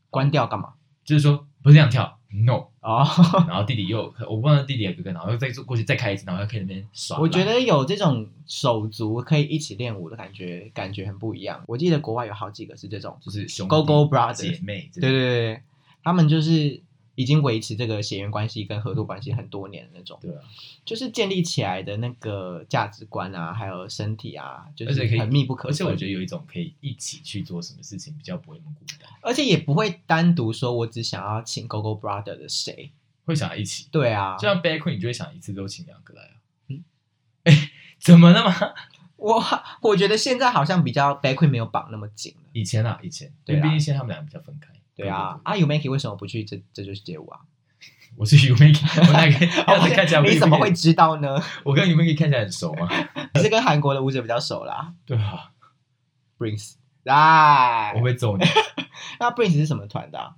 A: 关掉干嘛？
C: 就是说不是这样跳，no，
A: 哦，
C: 然后弟弟又我忘了弟弟的哥哥，然后又再过去再开一次，然后又可以那边耍赖，
A: 我觉得有这种手足可以一起练舞的感觉，感觉很不一样。我记得国外有好几个是这种，
C: 就是兄弟
A: Go Go Brothers
C: 姐妹，
A: 对对对，对他们就是已经维持这个血缘关系跟合作关系很多年的那种，
C: 对啊，
A: 就是建立起来的那个价值观啊，还有身体啊，就
C: 而且
A: 是
C: 可以
A: 很密不可
C: 而且
A: 分。
C: 我觉得有一种可以一起去做什么事情，比较不会那么孤单，
A: 而且也不会单独说我只想要请 g o g o Brother 的谁，
C: 会想要一起。
A: 对啊
C: 就，像 Bad Queen，你就会想一次都请两个来啊。
A: 嗯
C: 哎， 怎么了吗？
A: 我我觉得现在好像比较 b a c k w i n 没有绑那么紧了。
C: 以前啊，以前，
A: 对啊
C: 因为毕竟现在他们两个比较分开。
A: 对啊，啊 u m a k i 为什么不去这这就是街舞啊？
C: 对，我是 Umeki，我那个 样子看起来我跟
A: 哦你怎么会
C: Yumeki-
A: 知道呢？
C: 我跟 Umeki 看起来很熟吗？
A: 你是跟韩国的舞者比较熟啦
C: 对啊，
A: ，Brings。来
C: 我，会揍你。
A: 那 Brings 是什么团的啊？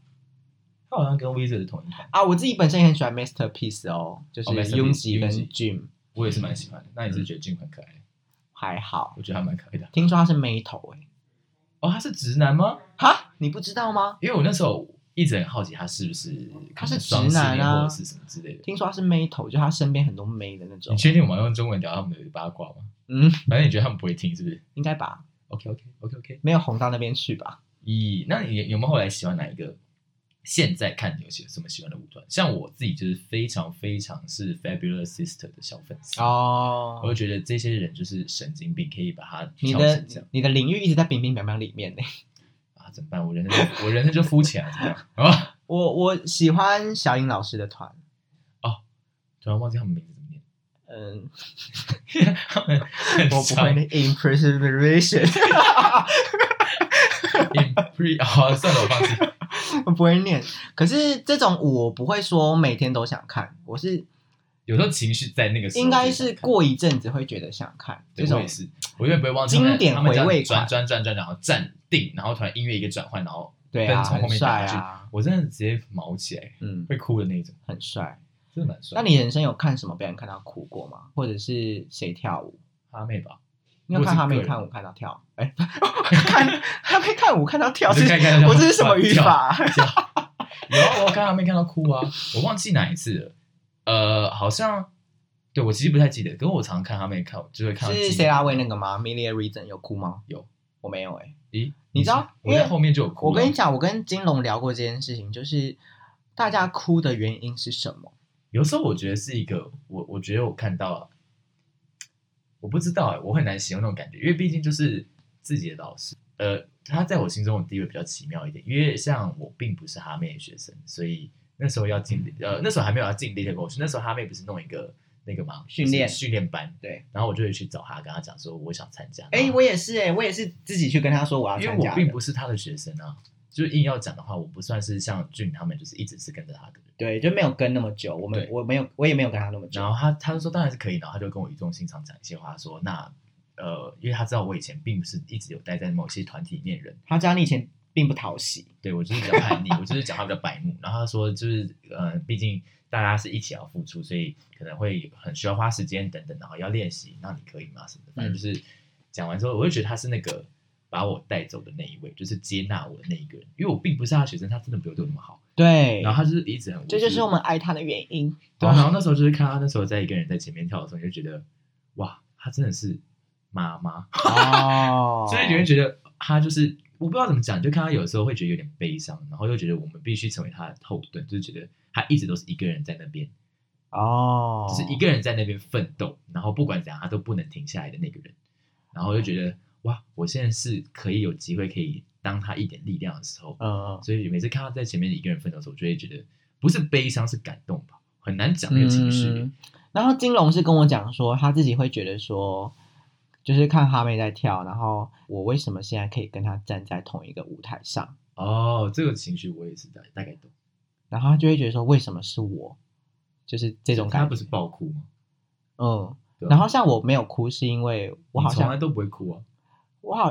C: 他好像跟 Weezer 是同一款，
A: 啊我自己本身也很喜欢 Masterpiece 哦，就是
C: 哦，Masterpiece，
A: 拥挤跟
C: Yoongi
A: Jim
C: 我也是蛮喜欢的。那你是觉得俊很可
A: 嗯
C: 爱？
A: 还好。
C: 我觉得他蛮可爱的。
A: 听说他是妹头哎，
C: 哦，他是直男吗？
A: 哈，你不知道吗？
C: 因为我那时候一直很好奇他是不是
A: 他是直
C: 可能双性
A: 男啊
C: 恋或者是什么之类的。
A: 听说他是妹头，就他身边很多妹的那种
C: 你。确定我们要用中文聊他们的八卦吗？
A: 嗯，
C: 反正你觉得他们不会听是不是
A: 应该吧，
C: ？OK OK OK OK。
A: 没有红到那边去吧。
C: 咦，那你有没有后来喜欢哪一个？现在看你有些什么喜欢的舞团？像我自己就是非常非常是 Fabulous Sister 的小粉丝，
A: 哦
C: 我就觉得这些人就是神经病，可以把他
A: 你
C: 跳
A: 的
C: 成这样
A: 你的领域一直在冰冰凉凉里面欸呢。
C: 啊？怎么办？我人生就我人生就肤浅了，怎么样？啊，
A: 我我喜欢小颖老师的团，
C: 突然忘记他们名字怎么念，
A: 嗯，
C: 他们很
A: 我不会那 impersonation，
C: Impre 好，哦算了，我放弃。
A: 我不会念。可是这种舞我不会说每天都想看，我是
C: 有时候情绪在那个时候
A: 应该
C: 就是想看
A: 过一阵子会觉得想看这
C: 对我
A: 种
C: 也。是，我永远不会忘记他们
A: 经典
C: 他们这样
A: 回味
C: 转
A: 款
C: 转转转，然后站定，然后突然音乐一个转换，然后
A: 对啊，
C: 灯从后
A: 很
C: 面
A: 帅
C: 打进
A: 啊，
C: 我真的直接毛起来，
A: 嗯，
C: 会哭的那种，
A: 很帅。
C: 真的蛮帅。
A: 那你人生有看什么被人看到哭过吗？或者是谁跳舞？
C: 哈妹吧，
A: 你有看他没
C: 我是个人
A: 看舞看到跳？哎， 看他没看舞看到跳
C: 你
A: 是
C: 就看看他，
A: 我这是什么语法啊？
C: 跳？跳有啊，我看哈妹看到哭啊，我忘记哪一次了，呃，好像对我其实不太记得，可是我常常看哈妹看，就会看到
A: 是啊
C: 记忆
A: s a r a Way 那个吗？Milia Reason 有哭吗？
C: 有，
A: 我没有哎、
C: 咦，
A: 你知道
C: 我在
A: 因为
C: 后面就有哭
A: 我
C: 了，
A: 跟你讲，我跟金龙聊过这件事情，就是大家哭的原因是什么？
C: 有时候我觉得是一个，我我觉得我看到，我不知道哎、我很难形容那种感觉，因为毕竟就是自己的老师，呃，他在我心中的地位比较奇妙一点，因为像我并不是哈妹的学生，所以那时候要进，呃，那时候还没有要进 Little Coach，那时候哈妹不是弄一个那个嘛
A: 训练
C: 训练班，
A: 对，
C: 然后我就会去找他，跟他讲说我想参加，
A: 哎、我也是哎、我也是自己去跟他说我要
C: 嗯因为
A: 参加
C: 我
A: 的
C: 并不是他的学生啊，就是硬要讲的话，我不算是像俊他们，就是一直是跟着他的人。
A: 对，就没有跟那么久，我们
C: 对
A: 我没有，我也没有跟他那么久
C: 然。后他他就说当然是可以，然后他就跟我语重心长讲一些话，说那呃，因为他知道我以前并不是一直有待在某些团体里面的人，
A: 他知道你以前并不讨喜，
C: 对我就是比较叛逆，我就是讲话比较白目。然后他说就是呃，毕竟大家是一起要付出，所以可能会很需要花时间等等，然后要练习，那你可以吗？什么的，反
A: 嗯
C: 正就是讲完之后，我就觉得他是那个把我带走的那一位，就是接纳我的那一个人，因为我并不是他的学生，他真的没有对我那么好。
A: 对
C: 然后他就是一直很无
A: 这就是
C: 视
A: 我们爱他的原因。
C: 对啊，然后那时候就是看他那时候在一个人在前面跳的时候，你就觉得哇，他真的是妈妈，
A: 哦
C: 所以你会觉得他就是我不知道怎么讲，就看他有时候会觉得有点悲伤，然后又觉得我们必须成为他的后盾，就是觉得他一直都是一个人在那边，
A: 哦，
C: 就是一个人在那边奋斗，然后不管怎样他都不能停下来的那个人，然后我就觉得哇，我现在是可以有机会可以当他一点力量的时候，
A: 嗯
C: 所以每次看他在前面一个人奋斗的时候，我就会觉得不是悲伤是感动吧，很难讲那个情绪。
A: 嗯然后金龙是跟我讲说，他自己会觉得说，就是看哈妹在跳，然后我为什么现在可以跟她站在同一个舞台上？
C: 哦，这个情绪我也是大大概懂。
A: 然后他就会觉得说，为什么是我？就是这种
C: 他
A: 感
C: 不
A: 觉。
C: 是爆哭吗？
A: 嗯，
C: 对啊
A: 然后像我没有哭，是因为我好
C: 你从来
A: 像
C: 都不会哭啊，
A: 我好，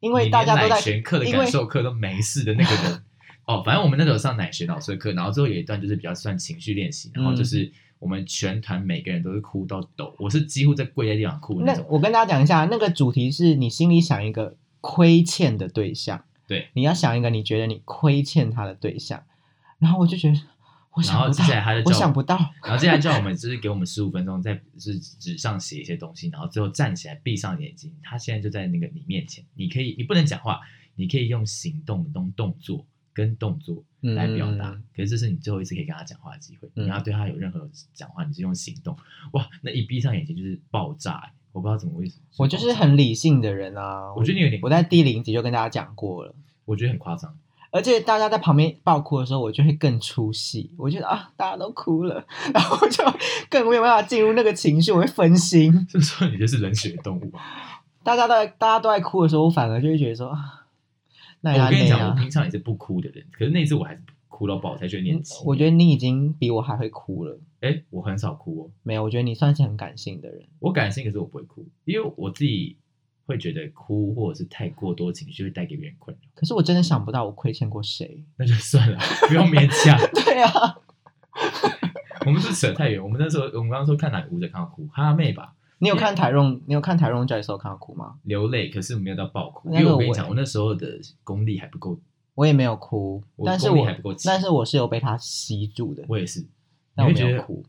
A: 因
C: 因
A: 为大家都在
C: 奶学课的
A: 因
C: 感
A: 为
C: 受课都没事的那个人。哦，反正我们那时候上奶学老师的课，然后最后有一段就是比较算情绪练习，然
A: 嗯
C: 后就是我们全团每个人都是哭到抖，我是几乎在跪在地上哭的那
A: 那
C: 种。
A: 我跟大家讲一下，那个主题是你心里想一个亏欠的对象，
C: 对，
A: 你要想一个你觉得你亏欠他的对象，然后我就觉得我
C: 然
A: 想
C: 后
A: 不
C: 接下来他
A: 到
C: 就，
A: 我
C: 叫我
A: 想不到，
C: 然后接下来叫我们就是给我们十五分钟，在就是纸上写一些东西，然后最后站起来闭上眼睛，他现在就在那个你面前，你可以你不能讲话，你可以用行动、用动作跟动作来表达。
A: 嗯
C: 可是这是你最后一次可以跟他讲话的机会，
A: 嗯
C: 你要对他有任何讲话，你是用行动。哇，那一闭上眼睛就是爆炸、欸我不知道怎么会。
A: 我就是，很理性的人啊，
C: 我觉得你有点
A: 我在第零集就跟大家讲过了。
C: 我觉得很夸张。
A: 而且大家在旁边爆哭的时候，我就会更出戏。我觉得啊，大家都哭了，然后我就更没有办法进入那个情绪，我会分心。
C: 是不是你就是冷血动物啊？
A: 大家都在大家都在哭的时候，我反而就会觉得说，啊那也啊
C: 我跟你
A: 那
C: 讲，我
A: 样。
C: 平常也是不哭的人，可是那一次我还是哭到爆，我才觉得年轻。
A: 嗯我觉得你已经比我还会哭了。
C: 得，哎，我很少哭哦，
A: 没有，我觉得你算是很感性的人。
C: 我感性，可是我不会哭，因为我自己会觉得哭或者是太过多情绪会带给别人困扰，
A: 可是我真的想不到我亏欠过谁。
C: 那就算了，不用勉强。
A: 对啊，
C: 我们是扯太远，我们那时候我们刚刚说看哪个舞者看到哭，哈妹吧。
A: 你有看台用，你有看台用教授看到哭吗？
C: 流泪，可是没有到爆哭，因
A: 那个
C: 为我跟你讲，
A: 我
C: 我那时候的功力还不够，
A: 我也没有哭，
C: 我
A: 但是
C: 功力
A: 我
C: 还不够强
A: 但是我是有被他吸住的，
C: 我也是，你
A: 但我
C: 会
A: 没
C: 觉
A: 有
C: 得
A: 哭。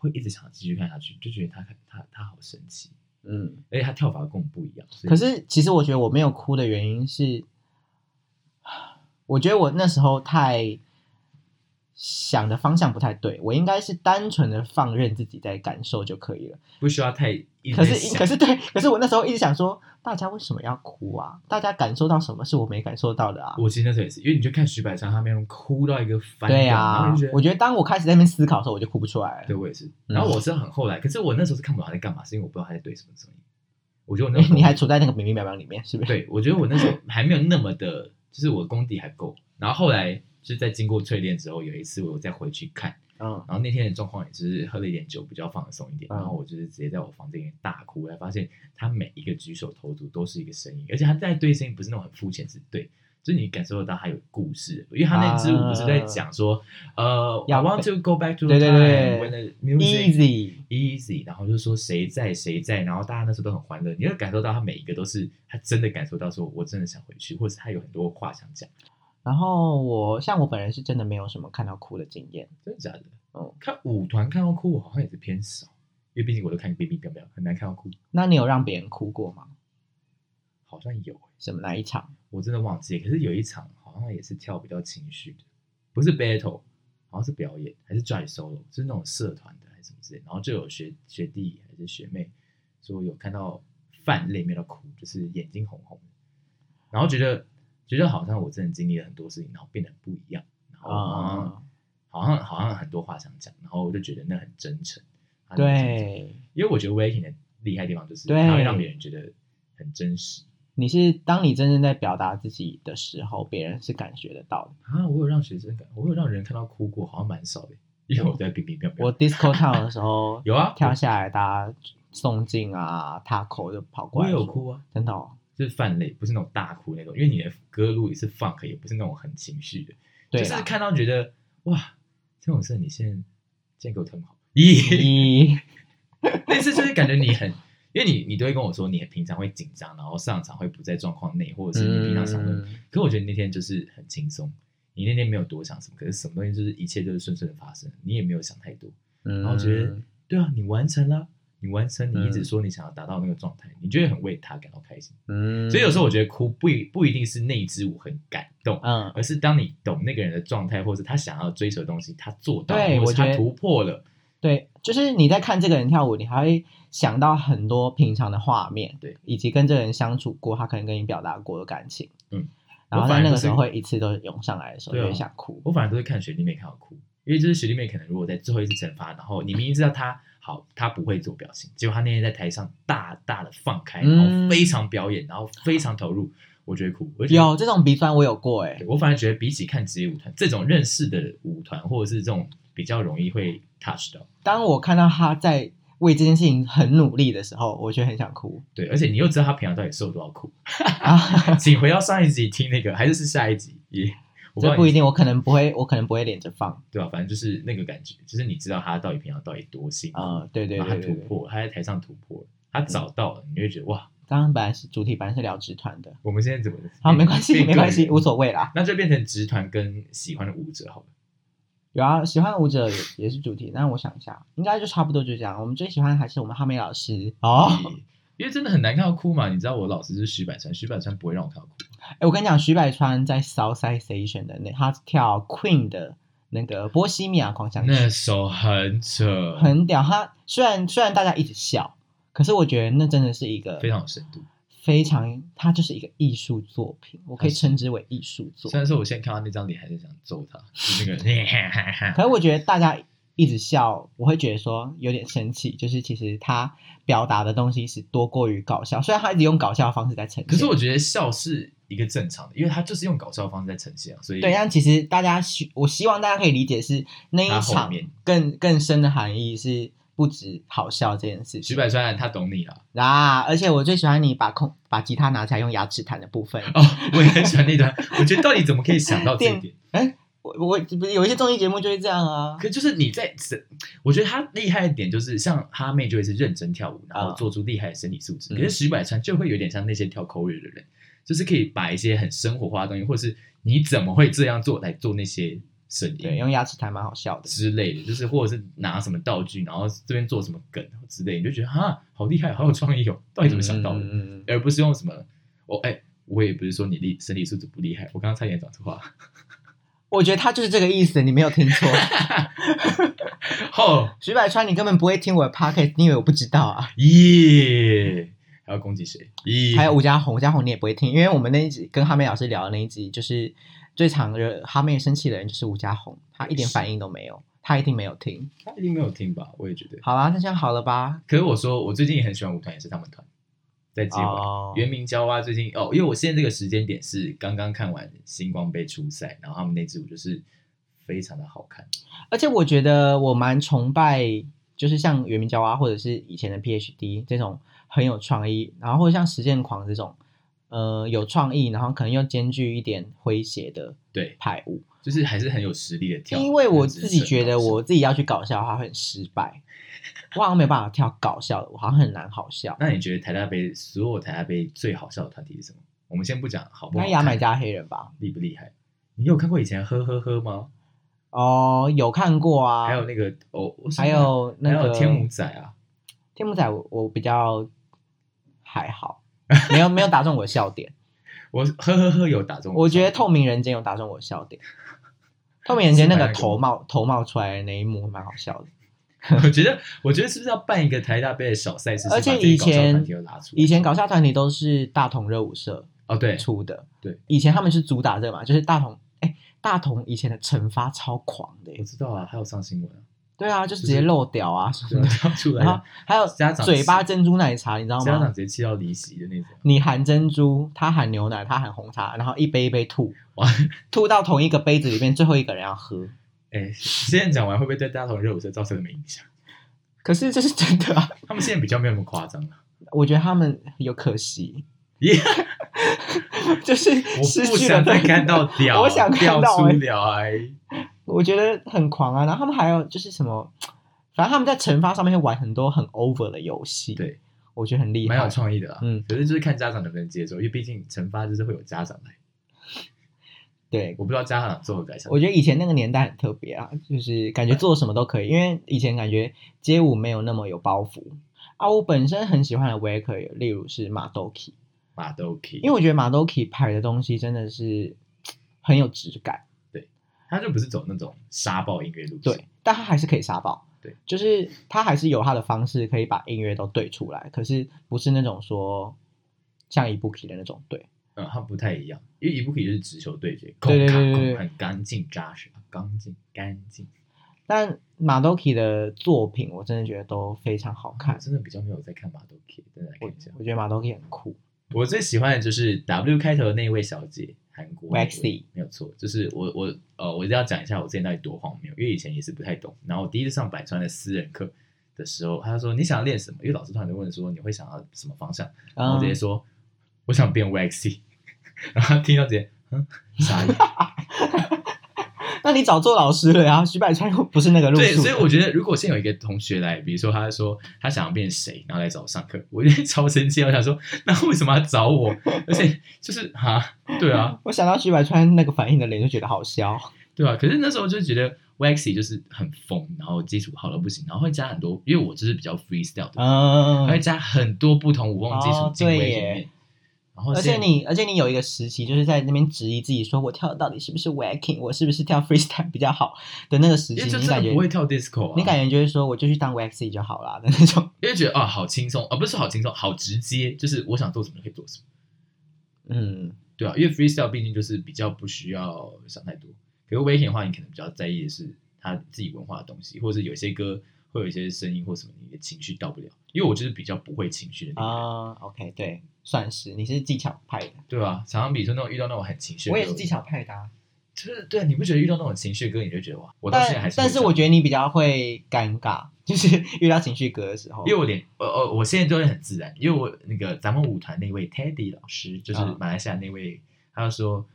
C: 会一直想继续看下去，就觉得他他他好神奇，
A: 嗯，
C: 而且他跳法跟我们不一样，所以
A: 可是其实我觉得我没有哭的原因是，我觉得我那时候太想的方向不太对，我应该是单纯的放任自己在感受就可以了。
C: 不需要太一直
A: 可
C: 在
A: 是
C: 想
A: 可是对，可是我那时候一直想说，大家为什么要哭啊？大家感受到什么是我没感受到的啊？
C: 我其实那时候也是，因为你就看徐百川他那种哭到一个翻
A: 对
C: 掉然
A: 啊
C: 后就觉，得
A: 我觉得当我开始在那边思考的时候，我就哭不出来
C: 对
A: 了。
C: 我也是，然后我是很后来，可是我那时候是看不懂他在干嘛，是因为我不知道他在对什么声音，我觉得我那时 候
A: 哎你还处在那个明明白白里面，是不是？
C: 对，我觉得我那时候还没有那么的，就是我功底还不够，然后后来就是在经过淬炼之后，有一次我再回去看。
A: 嗯，
C: 然后那天的状况也是喝了一点酒，比较放松一点。
A: 嗯
C: 然后我就是直接在我房间里面大哭，我才发现他每一个举手投足都是一个声音，而且他在对声音不是那种很肤浅，是对，就是你感受得到他有故事。因为他那支舞不是在讲说，呃，I
A: 要
C: want to go back to the
A: 对对
C: time
A: 对
C: when the music
A: easy，
C: easy，然后就说谁在谁在，然后大家那时候都很欢乐，你会感受到他每一个都是他真的感受到说，我真的想回去，或者是他有很多话想讲，
A: 然后我像我本人是真的没有什么看到哭的经验，
C: 真的假的？
A: 嗯
C: 看舞团看到哭，我好像也是偏少，因为毕竟我都看 B B 表表，很难看到哭。
A: 那你有让别人哭过吗？
C: 好像有欸，
A: 什么哪一场？
C: 我真的忘记了。可是有一场好像也是跳比较情绪的，不是 battle，好像是表演还是 dry solo，就是那种社团的还是什么之类的。然后就有学学弟还是学妹说有看到泛泪没到哭，就是眼睛红红的，然后觉得觉得好像我真的经历了很多事情，然后变得很不一样，然后好像、
A: 啊、
C: 好像好像很多话想讲，然后我就觉得那很真诚。啊，
A: 对，
C: 因为我觉得 Waking 的厉害地方就是
A: 对
C: 它会让别人觉得很真实。
A: 你是当你真正在表达自己的时候，别人是感觉得 到的。
C: 啊，我有让学生感，我有让人看到哭过，好像蛮少的，因为我在哔哔哔哔。
A: 我 disco town 的时候
C: 有啊，
A: 跳下来，大家送进啊，他口就跑过
C: 我
A: 来
C: 也
A: 说，
C: 有哭啊，
A: 真的、哦，
C: 就是泛泪，不是那种大哭那种，因为你的歌路也是 funk，也不是那种很情绪的，
A: 对啊
C: 就是
A: 啦，
C: 看到觉得哇，这种事你现在现在给我 疼好， 咦，
A: 咦，
C: 那次就是感觉你很。因为你，你都会跟我说，你平常会紧张，然后上场会不在状况内，或者是你平常想的
A: 嗯，
C: 可我觉得那天就是很轻松，你那天没有多想什么，可是什么东西就是一切都是顺顺的发生，你也没有想太多。
A: 然
C: 然后觉得对啊，你完成了，你完成你一直
A: 嗯
C: 说你想要达到那个状态，你就会很为他感到开心。
A: 嗯，
C: 所以有时候我觉得哭不一不一定是那一支舞很感动，
A: 嗯，
C: 而是当你懂那个人的状态，或是他想要追求的东西，他做到，
A: 对
C: 或
A: 我
C: 是
A: 觉得
C: 他突破了，
A: 对，就是你在看这个人跳舞，你还会想到很多平常的画面，
C: 对，
A: 以及跟这个人相处过，他可能跟你表达过的感情，
C: 嗯，
A: 然后
C: 我
A: 在
C: 反而
A: 那个
C: 就是
A: 时候会一次都涌上来的时候，
C: 对
A: 就
C: 啊
A: 会想哦哭。
C: 我反而都是看学弟妹看到哭，因为就是学弟妹可能如果在最后一次惩罚，然后你明明知道他好，他不会做表情，结果他那天在台上大大的放开，然
A: 嗯
C: 后非常表演，然后非常投入，我觉得哭。我就觉得
A: 有这种鼻酸，我有过哎、
C: 对我反而觉得比起看职业舞团这种认识的舞团，或者是这种比较容易会 touch 到，
A: 当我看到他在为这件事情很努力的时候，我就很想哭
C: 对，而且你又知道他平常到底受多少苦。
A: 啊。
C: 请回到上一集听那个，还是是下一集也。我知道
A: 这
C: 你
A: 不一定，我可能不会，我可能不会连着放。
C: 对吧、反正就是那个感觉，就是你知道他到底平常到底多辛苦，
A: 呃，对对
C: 然后
A: 对
C: 他
A: 对
C: 突
A: 对。嗯
C: 破，他在台上突破了，他找到了，你会觉得哇，
A: 刚刚本来是主题，本来是聊直团的，
C: 我们现在 怎么？
A: 好，啊没 关系，
C: 变
A: 没关系，
C: 变个人
A: 无所谓啦。
C: 那就变成直团跟喜欢的舞者好了。
A: 有啊，喜欢舞者也也是主题，但我想一下，应该就差不多就这样。我们最喜欢还是我们哈梅老师哦。
C: 因为真的很难看到哭嘛，你知道我老师是徐百川，徐百川不会让我看到哭。
A: 哎，我跟你讲，徐百川在 Southside Station 的那，他跳 Queen 的那个《波西米亚狂想曲》，
C: 那首很扯，
A: 很屌。他虽然虽然大家一直笑，可是我觉得那真的是一个
C: 非常有深度。
A: 非常，它就是一个艺术作品，我可以称之为艺术作
C: 虽
A: 品。
C: 然说我现在看到那张脸还是想揍他，就那 个
A: 可是我觉得大家一直笑，我会觉得说有点生气，就是其实他表达的东西是多过于搞笑，虽然他一直用搞笑的方式在呈现。
C: 可是我觉得笑是一个正常的，因为他就是用搞笑的方式在呈现啊，所以
A: 对，但其实大家希我希望大家可以理解是那一
C: 他后
A: 场
C: 面
A: 更更深的含义是不止好笑这件事
C: 徐
A: 情
C: 百川他懂你啦。
A: 啊，而且我最喜欢你把空把吉他拿起来用牙齿弹的部 分。
C: 哦，我也很喜欢那段，我觉得到底怎么可以想到这一点？
A: 哎，我我不是有一些综艺节目就会这样啊，
C: 可就是你在，我觉得他厉害的点就是，像哈妹就会是认真跳舞，然后做出厉害的身体素质。
A: 啊嗯
C: 可是徐百川就会有点像那些跳 c o r e 的人，就是可以把一些很生活化的东西，或是你怎么会这样做来做那些声
A: 对，
C: 音
A: 用牙齿弹蛮好笑的。
C: 之类的，就是或者是拿什么道具，然后这边做什么梗之类的，你就觉得哈，好厉害，好有创意哦，到底怎么想到的？
A: 嗯嗯嗯
C: 而不是用什么我哎、我也不是说你厉身体素质不厉害，我刚刚差点讲错话。
A: 我觉得他就是这个意思，你没有听错。
C: 哦
A: 徐百川，你根本不会听我的 podcast，你以为我不知道 啊？
C: 耶，还要攻击谁？耶，
A: 还有吴家红，吴家红你也不会听，因为我们那一集跟哈妹老师聊的那一集，就是最常惹哈妹生气的人就是吴家红，他一点反应都没有，他一定没有听。
C: 他一定没有听吧？我也觉得。
A: 好啦，那这样好了吧？
C: 可是我说，我最近也很喜欢舞团，也是他们团在接回。
A: 哦，
C: 原名娇蛙最近哦，因为我现在这个时间点是刚刚看完星光杯初赛，然后他们那支舞就是非常的好看。
A: 而且我觉得我蛮崇拜，就是像袁明娇啊，或者是以前的 PhD 这种很有创意，然后或者像实践狂这种，呃，有创意，然后可能又兼具一点诙谐的
C: 对，
A: 派舞。
C: 就是还是很有实力的跳。
A: 因为我自己觉得我自己要去搞笑的话会很失败，我好像没有办法跳搞笑的，我好像很难好笑。
C: 那你觉得台大杯所有台大杯最好笑的团体是什么？我们先不讲好不
A: 那
C: 好
A: 牙买
C: 看，
A: 加黑人吧？
C: 厉不厉害？你有看过以前呵呵呵吗？
A: 哦，有看过啊，
C: 还有那个哦，我什么
A: 还有那
C: 还
A: 个
C: 有天母仔啊，
A: 天幕仔我，我比较还好，没有没有打中我的笑点。
C: 我呵呵呵有打中
A: 我觉得透明人间有打中我的笑点，透明人间那
C: 是
A: 个
C: 哪一个
A: 头冒头冒出来的那一幕蛮好笑的。
C: 我觉得，我觉得是不是要办一个台大杯的小赛事？
A: 而
C: 是
A: 且
C: 把这
A: 以
C: 个搞笑团
A: 前
C: 体都拉出来
A: 以前搞笑团体都是大同热舞社
C: 哦，对，
A: 出的，
C: 对，
A: 以前他们是主打这个嘛，就是大同，哎，大同以前的惩罚超狂的耶，
C: 我知道啊，还有上新闻 啊，
A: 对啊，就直
C: 就
A: 接
C: 是
A: 漏屌啊什
C: 对
A: 么的，
C: 啊，出来
A: 然后
C: 了，
A: 还有
C: 家长
A: 嘴巴珍珠奶茶，你知道
C: 家长
A: 吗？
C: 直接气到离席的那种。
A: 你含珍珠，他含牛奶，他含红茶，然后一杯一杯吐，
C: 哇，
A: 吐到同一个杯子里面，最后一个人要喝。
C: 哎，现在讲完会不会对大同热舞社造成什么影响？
A: 可是这是真的啊，
C: 他们现在比较没有那么夸张了。
A: 我觉得他们有可惜，
C: 耶，
A: 就是失
C: 我不
A: 去了
C: 想再
A: 那个
C: 看到屌，
A: 我想
C: 掉
A: 看到
C: 出
A: 哎
C: 聊哎。
A: 我觉得很狂啊。然后他们还有就是什么，反正他们在惩罚上面会玩很多很 over 的游戏，
C: 对，
A: 我觉得很厉
C: 蛮有
A: 害。
C: 创意的啦。
A: 嗯，
C: 可是就是看家长能不能接受，因为毕竟惩罚就是会有家长来，
A: 对，
C: 我不知道家长最后感想。
A: 我觉得以前那个年代很特别啊，就是感觉做什么都可以，因为以前感觉街舞没有那么有包袱。啊，我本身很喜欢的 Waker，例如是马豆 k
C: 马都 k，
A: 因为我觉得马豆 k 拍的东西真的是很有质感。
C: 他就不是走那种沙暴音乐路线。
A: 对，但他还是可以杀爆。
C: 对，
A: 就是他还是有他的方式可以把音乐都对出来，可是不是那种说像一部 k 的那种对。
C: 嗯，它不太一样，因为伊布可以就是直球对决，
A: 对对对
C: 空
A: 对
C: 空很干净扎实，干净干净，
A: 但马豆 k 的作品，我真的觉得都非常好看
C: 我。真的比较没有在看马豆 K，真的来
A: 我
C: 看一下。
A: 我觉得马豆 k 很酷。
C: 我最喜欢的就是 W 开头的那一位小姐，韩国那位
A: Waxi
C: 没有错，就是我我呃，我一定要讲一下我之前到底多荒谬，因为以前也是不太懂。然后我第一次上百川的私人课的时候，他就说你想要练什么？因为老师突然就问说你会想要什么方向，然后我直接
A: 嗯，
C: 说我想变 Waxy，然 后他听到直接嗯傻眼。
A: 那你早做老师了呀？徐百川又不是那个路
C: 对，
A: 数
C: 所以我
A: 的。
C: 觉得如果现在有一个同学来，比如说他说他想要变谁，然后来找我上课，我就会超生气，我想说那为什么要找我？而且就是啊，对啊，
A: 我想到徐百川那个反应的脸，就觉得好笑。
C: 对啊。可是那时候就觉得 Waxy 就是很疯，然后基础好了不行，然后会加很多，因为我就是比较 freestyle 的，
A: 嗯
C: 会，加很多不同舞风基础
A: 哦
C: 进位
A: 对
C: 里
A: 耶
C: 面。然后
A: 而
C: 现
A: 且
C: 在
A: 你，而且你有一个时期，就是在那边质疑自己，说我跳的到底是不是 wacking，我是不是跳 freestyle 比较好的那个时
C: 因
A: 期，
C: 为就
A: 你
C: 真
A: 感
C: 的
A: 觉
C: 不会跳 disco 啊，
A: 你感觉就会说，我就去当 waxy 就好啦的那 种。
C: 因为觉得啊、好轻松，啊，不是好轻松，好直接，就是我想做什么就可以做什么，
A: 嗯，
C: 对啊，因为 freestyle 毕竟就是比较不需要想太多，可是 waking 的话，你可能比较在意的是他自己文化的东西，或者有些歌会有一些声音或什么，你的情绪到不了，因为我就是比较不会情绪的那个人，
A: 啊、o k 对，算是你是技巧派的，
C: 对啊，常常比如说那种遇到那种很情绪，
A: 我也是技，巧派的、啊。
C: 就是对，你不觉得遇到那种情绪的歌，你就觉得哇，我到现在
A: 但
C: 还是会
A: 但是我
C: 唱
A: 觉得你比较会尴尬， 就是遇到情绪歌的时候，
C: 因为我连呃呃，我现在都会很自然，因为我那个咱们舞团那位 Teddy 老师，就是
A: 嗯
C: 马来西亚那位，他就说，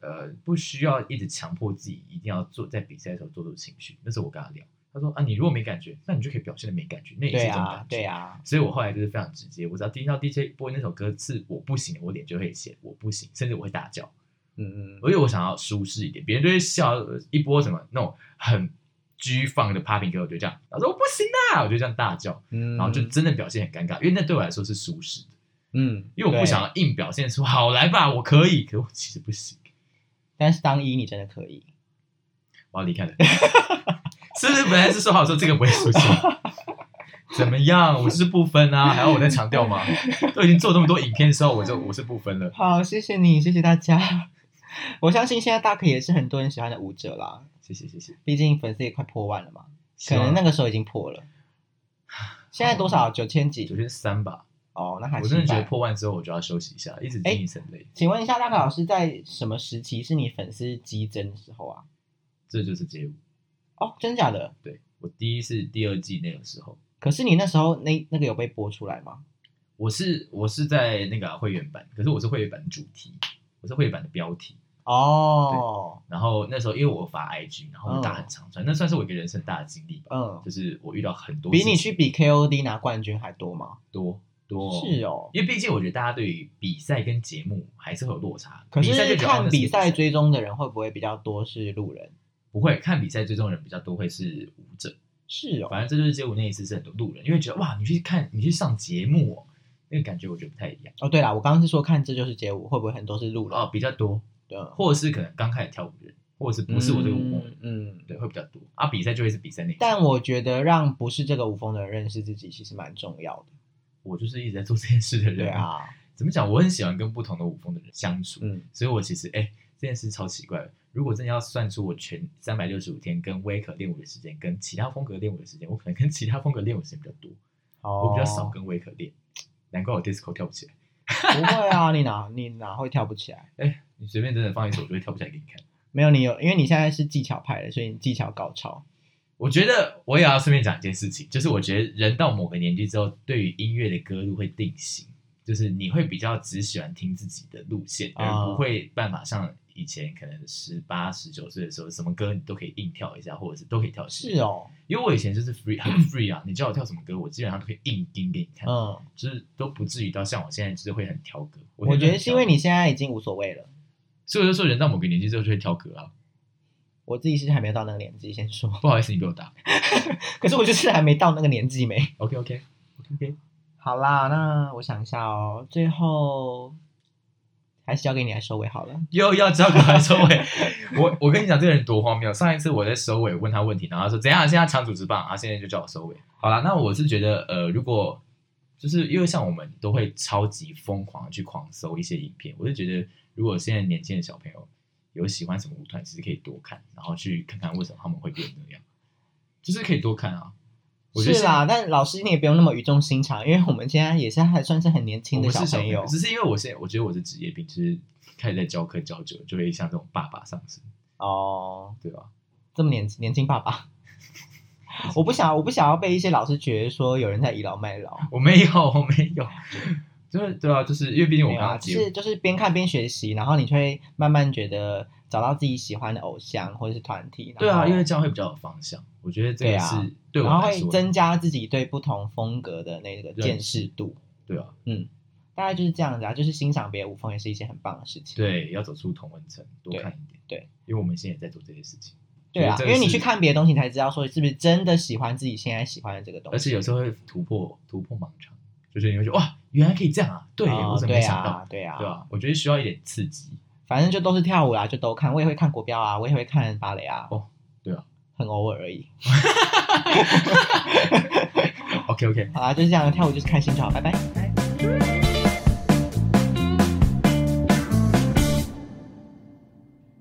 C: 呃，不需要一直强迫自己一定要做，在比赛的时候做出情绪。那时候我跟他聊，他说啊，你如果没感觉，那你就可以表现的没感觉，那也是
A: 对
C: 一种感
A: 啊
C: 觉。，
A: 对啊，
C: 所以我后来就是非常直接，我只要听到 DJ 播那首歌是我不行，我脸就会写我不行，甚至我会大叫，
A: 嗯
C: 而且我想要舒适一点，别人就会笑，呃一播什么那种很居放的 popping 歌，我就这样，他说我不行啦，我就这样大叫。
A: 嗯，
C: 然后就真的表现很尴尬，因为那对我来说是舒适的，
A: 嗯，
C: 因为我不
A: 对
C: 想要硬表现出好来吧，我可以，可我其实不行，
A: 但是当一你真的可以，
C: 我要离开了， 是不是？本来是说好说这个不会出去，怎么样？我是不分啊，还要我再强调吗？都已经做这么多影片之后，我就我是不分了。
A: 好，谢谢你，谢谢大家。 我相信现在大可也是很多人喜欢的舞者啦，
C: 谢谢谢谢，
A: 毕竟粉丝也快破万了嘛，
C: 希
A: 可
C: 望
A: 能那个时候已经破了。现在多少？九千
C: 九
A: 几？
C: 千三吧，
A: 哦，那还
C: 我真的觉得
A: 行吧。
C: 破万之后我就要休息一下，一直
A: 哎
C: 经营很累，
A: 请问一下，大可老师在什么时期是你粉丝激增的时候啊？
C: 这就是街舞。
A: 哦，真假的？
C: 对我第一是第二季那个时候，
A: 可是你那时候那那个有被播出来吗？
C: 我是我是在那个啊会员版，可是我是会员版的主题，我是会员版的标题。
A: 哦，
C: 然后那时候因为我发 IG，然后就打很长串，那算是我一个人生很大的经历吧。
A: 嗯，
C: 就是我遇到很多
A: 比你
C: 事
A: 去
C: 情
A: 比 KOD 拿冠军还多吗？
C: 多多，
A: 是哦。
C: 因为毕竟我觉得大家对于比赛跟节目还是会有落差。
A: 可
C: 比赛
A: 是
C: 就觉得哦
A: 看
C: 那
A: 比赛
C: 是
A: 追踪的人会不会比较多是路人？
C: 不会看比赛追踪的人比较多会是舞者，
A: 是哦，
C: 反正这就是街舞那一次是很多路人，因为觉得哇，你去看你去上节目哦，那个感觉我觉得不太一样
A: 哦，对啦，我刚刚是说看这就是街舞，会不会很多是路人？
C: 哦，比较多，
A: 嗯，
C: 或者是可能刚开始跳舞的人，或者是不是我这个舞风的人，
A: 嗯，嗯。
C: 对，会比较多啊。比赛就会是比赛那一次，
A: 但我觉得让不是这个舞风的人认识自己，其实蛮重要的。
C: 我就是一直在做这件事的人，
A: 对啊，
C: 怎么讲？我很喜欢跟不同的舞风的人相处，
A: 嗯，
C: 所以我其实哎、这件事超奇怪的。如果真的要算出我全三百六十五天跟威可练舞的时间，跟其他风格练舞的时间，我可能跟其他风格练舞的时间比较多，
A: 哦
C: 我比较少跟威可练，难怪我 disco 跳不起来。
A: 不会啊，你哪你哪会跳不起来？
C: 哎、你随便真的放一首，我就会跳不起来给你看。
A: 没有你有，因为你现在是技巧派的，所以你技巧高超。
C: 我觉得我也要顺便讲一件事情，就是我觉得人到某个年纪之后，对于音乐的歌路会定型，就是你会比较只喜欢听自己的路线，
A: 啊
C: 而不会办法像以前可能十八、十九岁的时候，什么歌你都可以硬跳一下，或者是都可以跳。
A: 是，哦，
C: 因为我以前就是 free 很 free 啊，你叫我跳什么歌，我基本上都可以硬盯给你看，
A: 嗯，
C: 就是都不至于到像我现在就是会很挑歌。
A: 我觉
C: 现在
A: 得
C: 很
A: 是
C: 挑
A: 因为，你现在已经无所谓了。
C: 所以我就说人到某个年纪之后就会挑歌啊。
A: 我自己是还没有到那个年纪，先说。
C: 不好意思，你被我打。
A: 可是我就是还没到那个年纪没。
C: OK OK OK
A: 好啦，那我想一下哦，最后还是交给你来收尾好了。
C: 又要交给他收尾。 我我跟你讲，这个人多荒谬。上一次我在收尾问他问题，然后他说怎样？现在抢主持棒，啊，现在就叫我收尾。好啦，那我是觉得，呃，如果就是因为像我们都会超级疯狂地去狂搜一些影片，我就觉得，如果现在年轻的小朋友有喜欢什么舞团，其实可以多看，然后去看看为什么他们会变那样，就是可以多看啊。我觉得
A: 是啦，但老师你也不用那么语重心长，因为我们现在也是还算是很年轻
C: 我
A: 的
C: 不是小
A: 朋友。
C: 只是因为我现在我觉得我是职业病，就是开始在教课教久了，就会像这种爸爸上身，
A: 哦，
C: 对吧？
A: 这么年轻年轻爸爸， 我不想我不想要被一些老师觉得说有人在倚老卖老。
C: 我没有，我没有， 就是对啊，就是因为毕竟我
A: 没
C: 跟
A: 有
C: 他
A: 啊，
C: 结
A: 就是
C: 婚，
A: 就是边看边学习，然后你就会慢慢觉得找到自己喜欢的偶像或者是团体。
C: 对啊，
A: 然后
C: 因为这样会比较有方向。我觉得这
A: 对
C: 个
A: 啊
C: 是对我
A: 然后
C: 来
A: 会
C: 说，
A: 增加自己对不同风格的那个见识度。
C: 对啊，
A: 大概就是这样子啊，就是欣赏别的舞风也是一件很棒的事情。
C: 对，要走出同文层，多
A: 对
C: 看一点，
A: 对，
C: 因为我们现在也在做这些事情，
A: 对啊
C: 觉，
A: 因
C: 得这个
A: 为你去，
C: 是
A: 看别的东西，你才知道说是不是真的喜欢自己现在喜欢的这个东
C: 而
A: 西。
C: 且有时候会突破突破盲肠，就是你会觉得哇，原来可以这样啊！对、
A: 哦
C: 我怎么没
A: 对
C: 想到？
A: 啊，对啊，
C: 对吧、我觉得需要一点刺激。
A: 反正就都是跳舞啦，就都看，我也会看国标啊，我也会看芭蕾啊。
C: 哦，对啊，
A: 很偶尔而已。
C: OK OK。
A: 好啦，就是这样，跳舞就是开心就好，拜拜。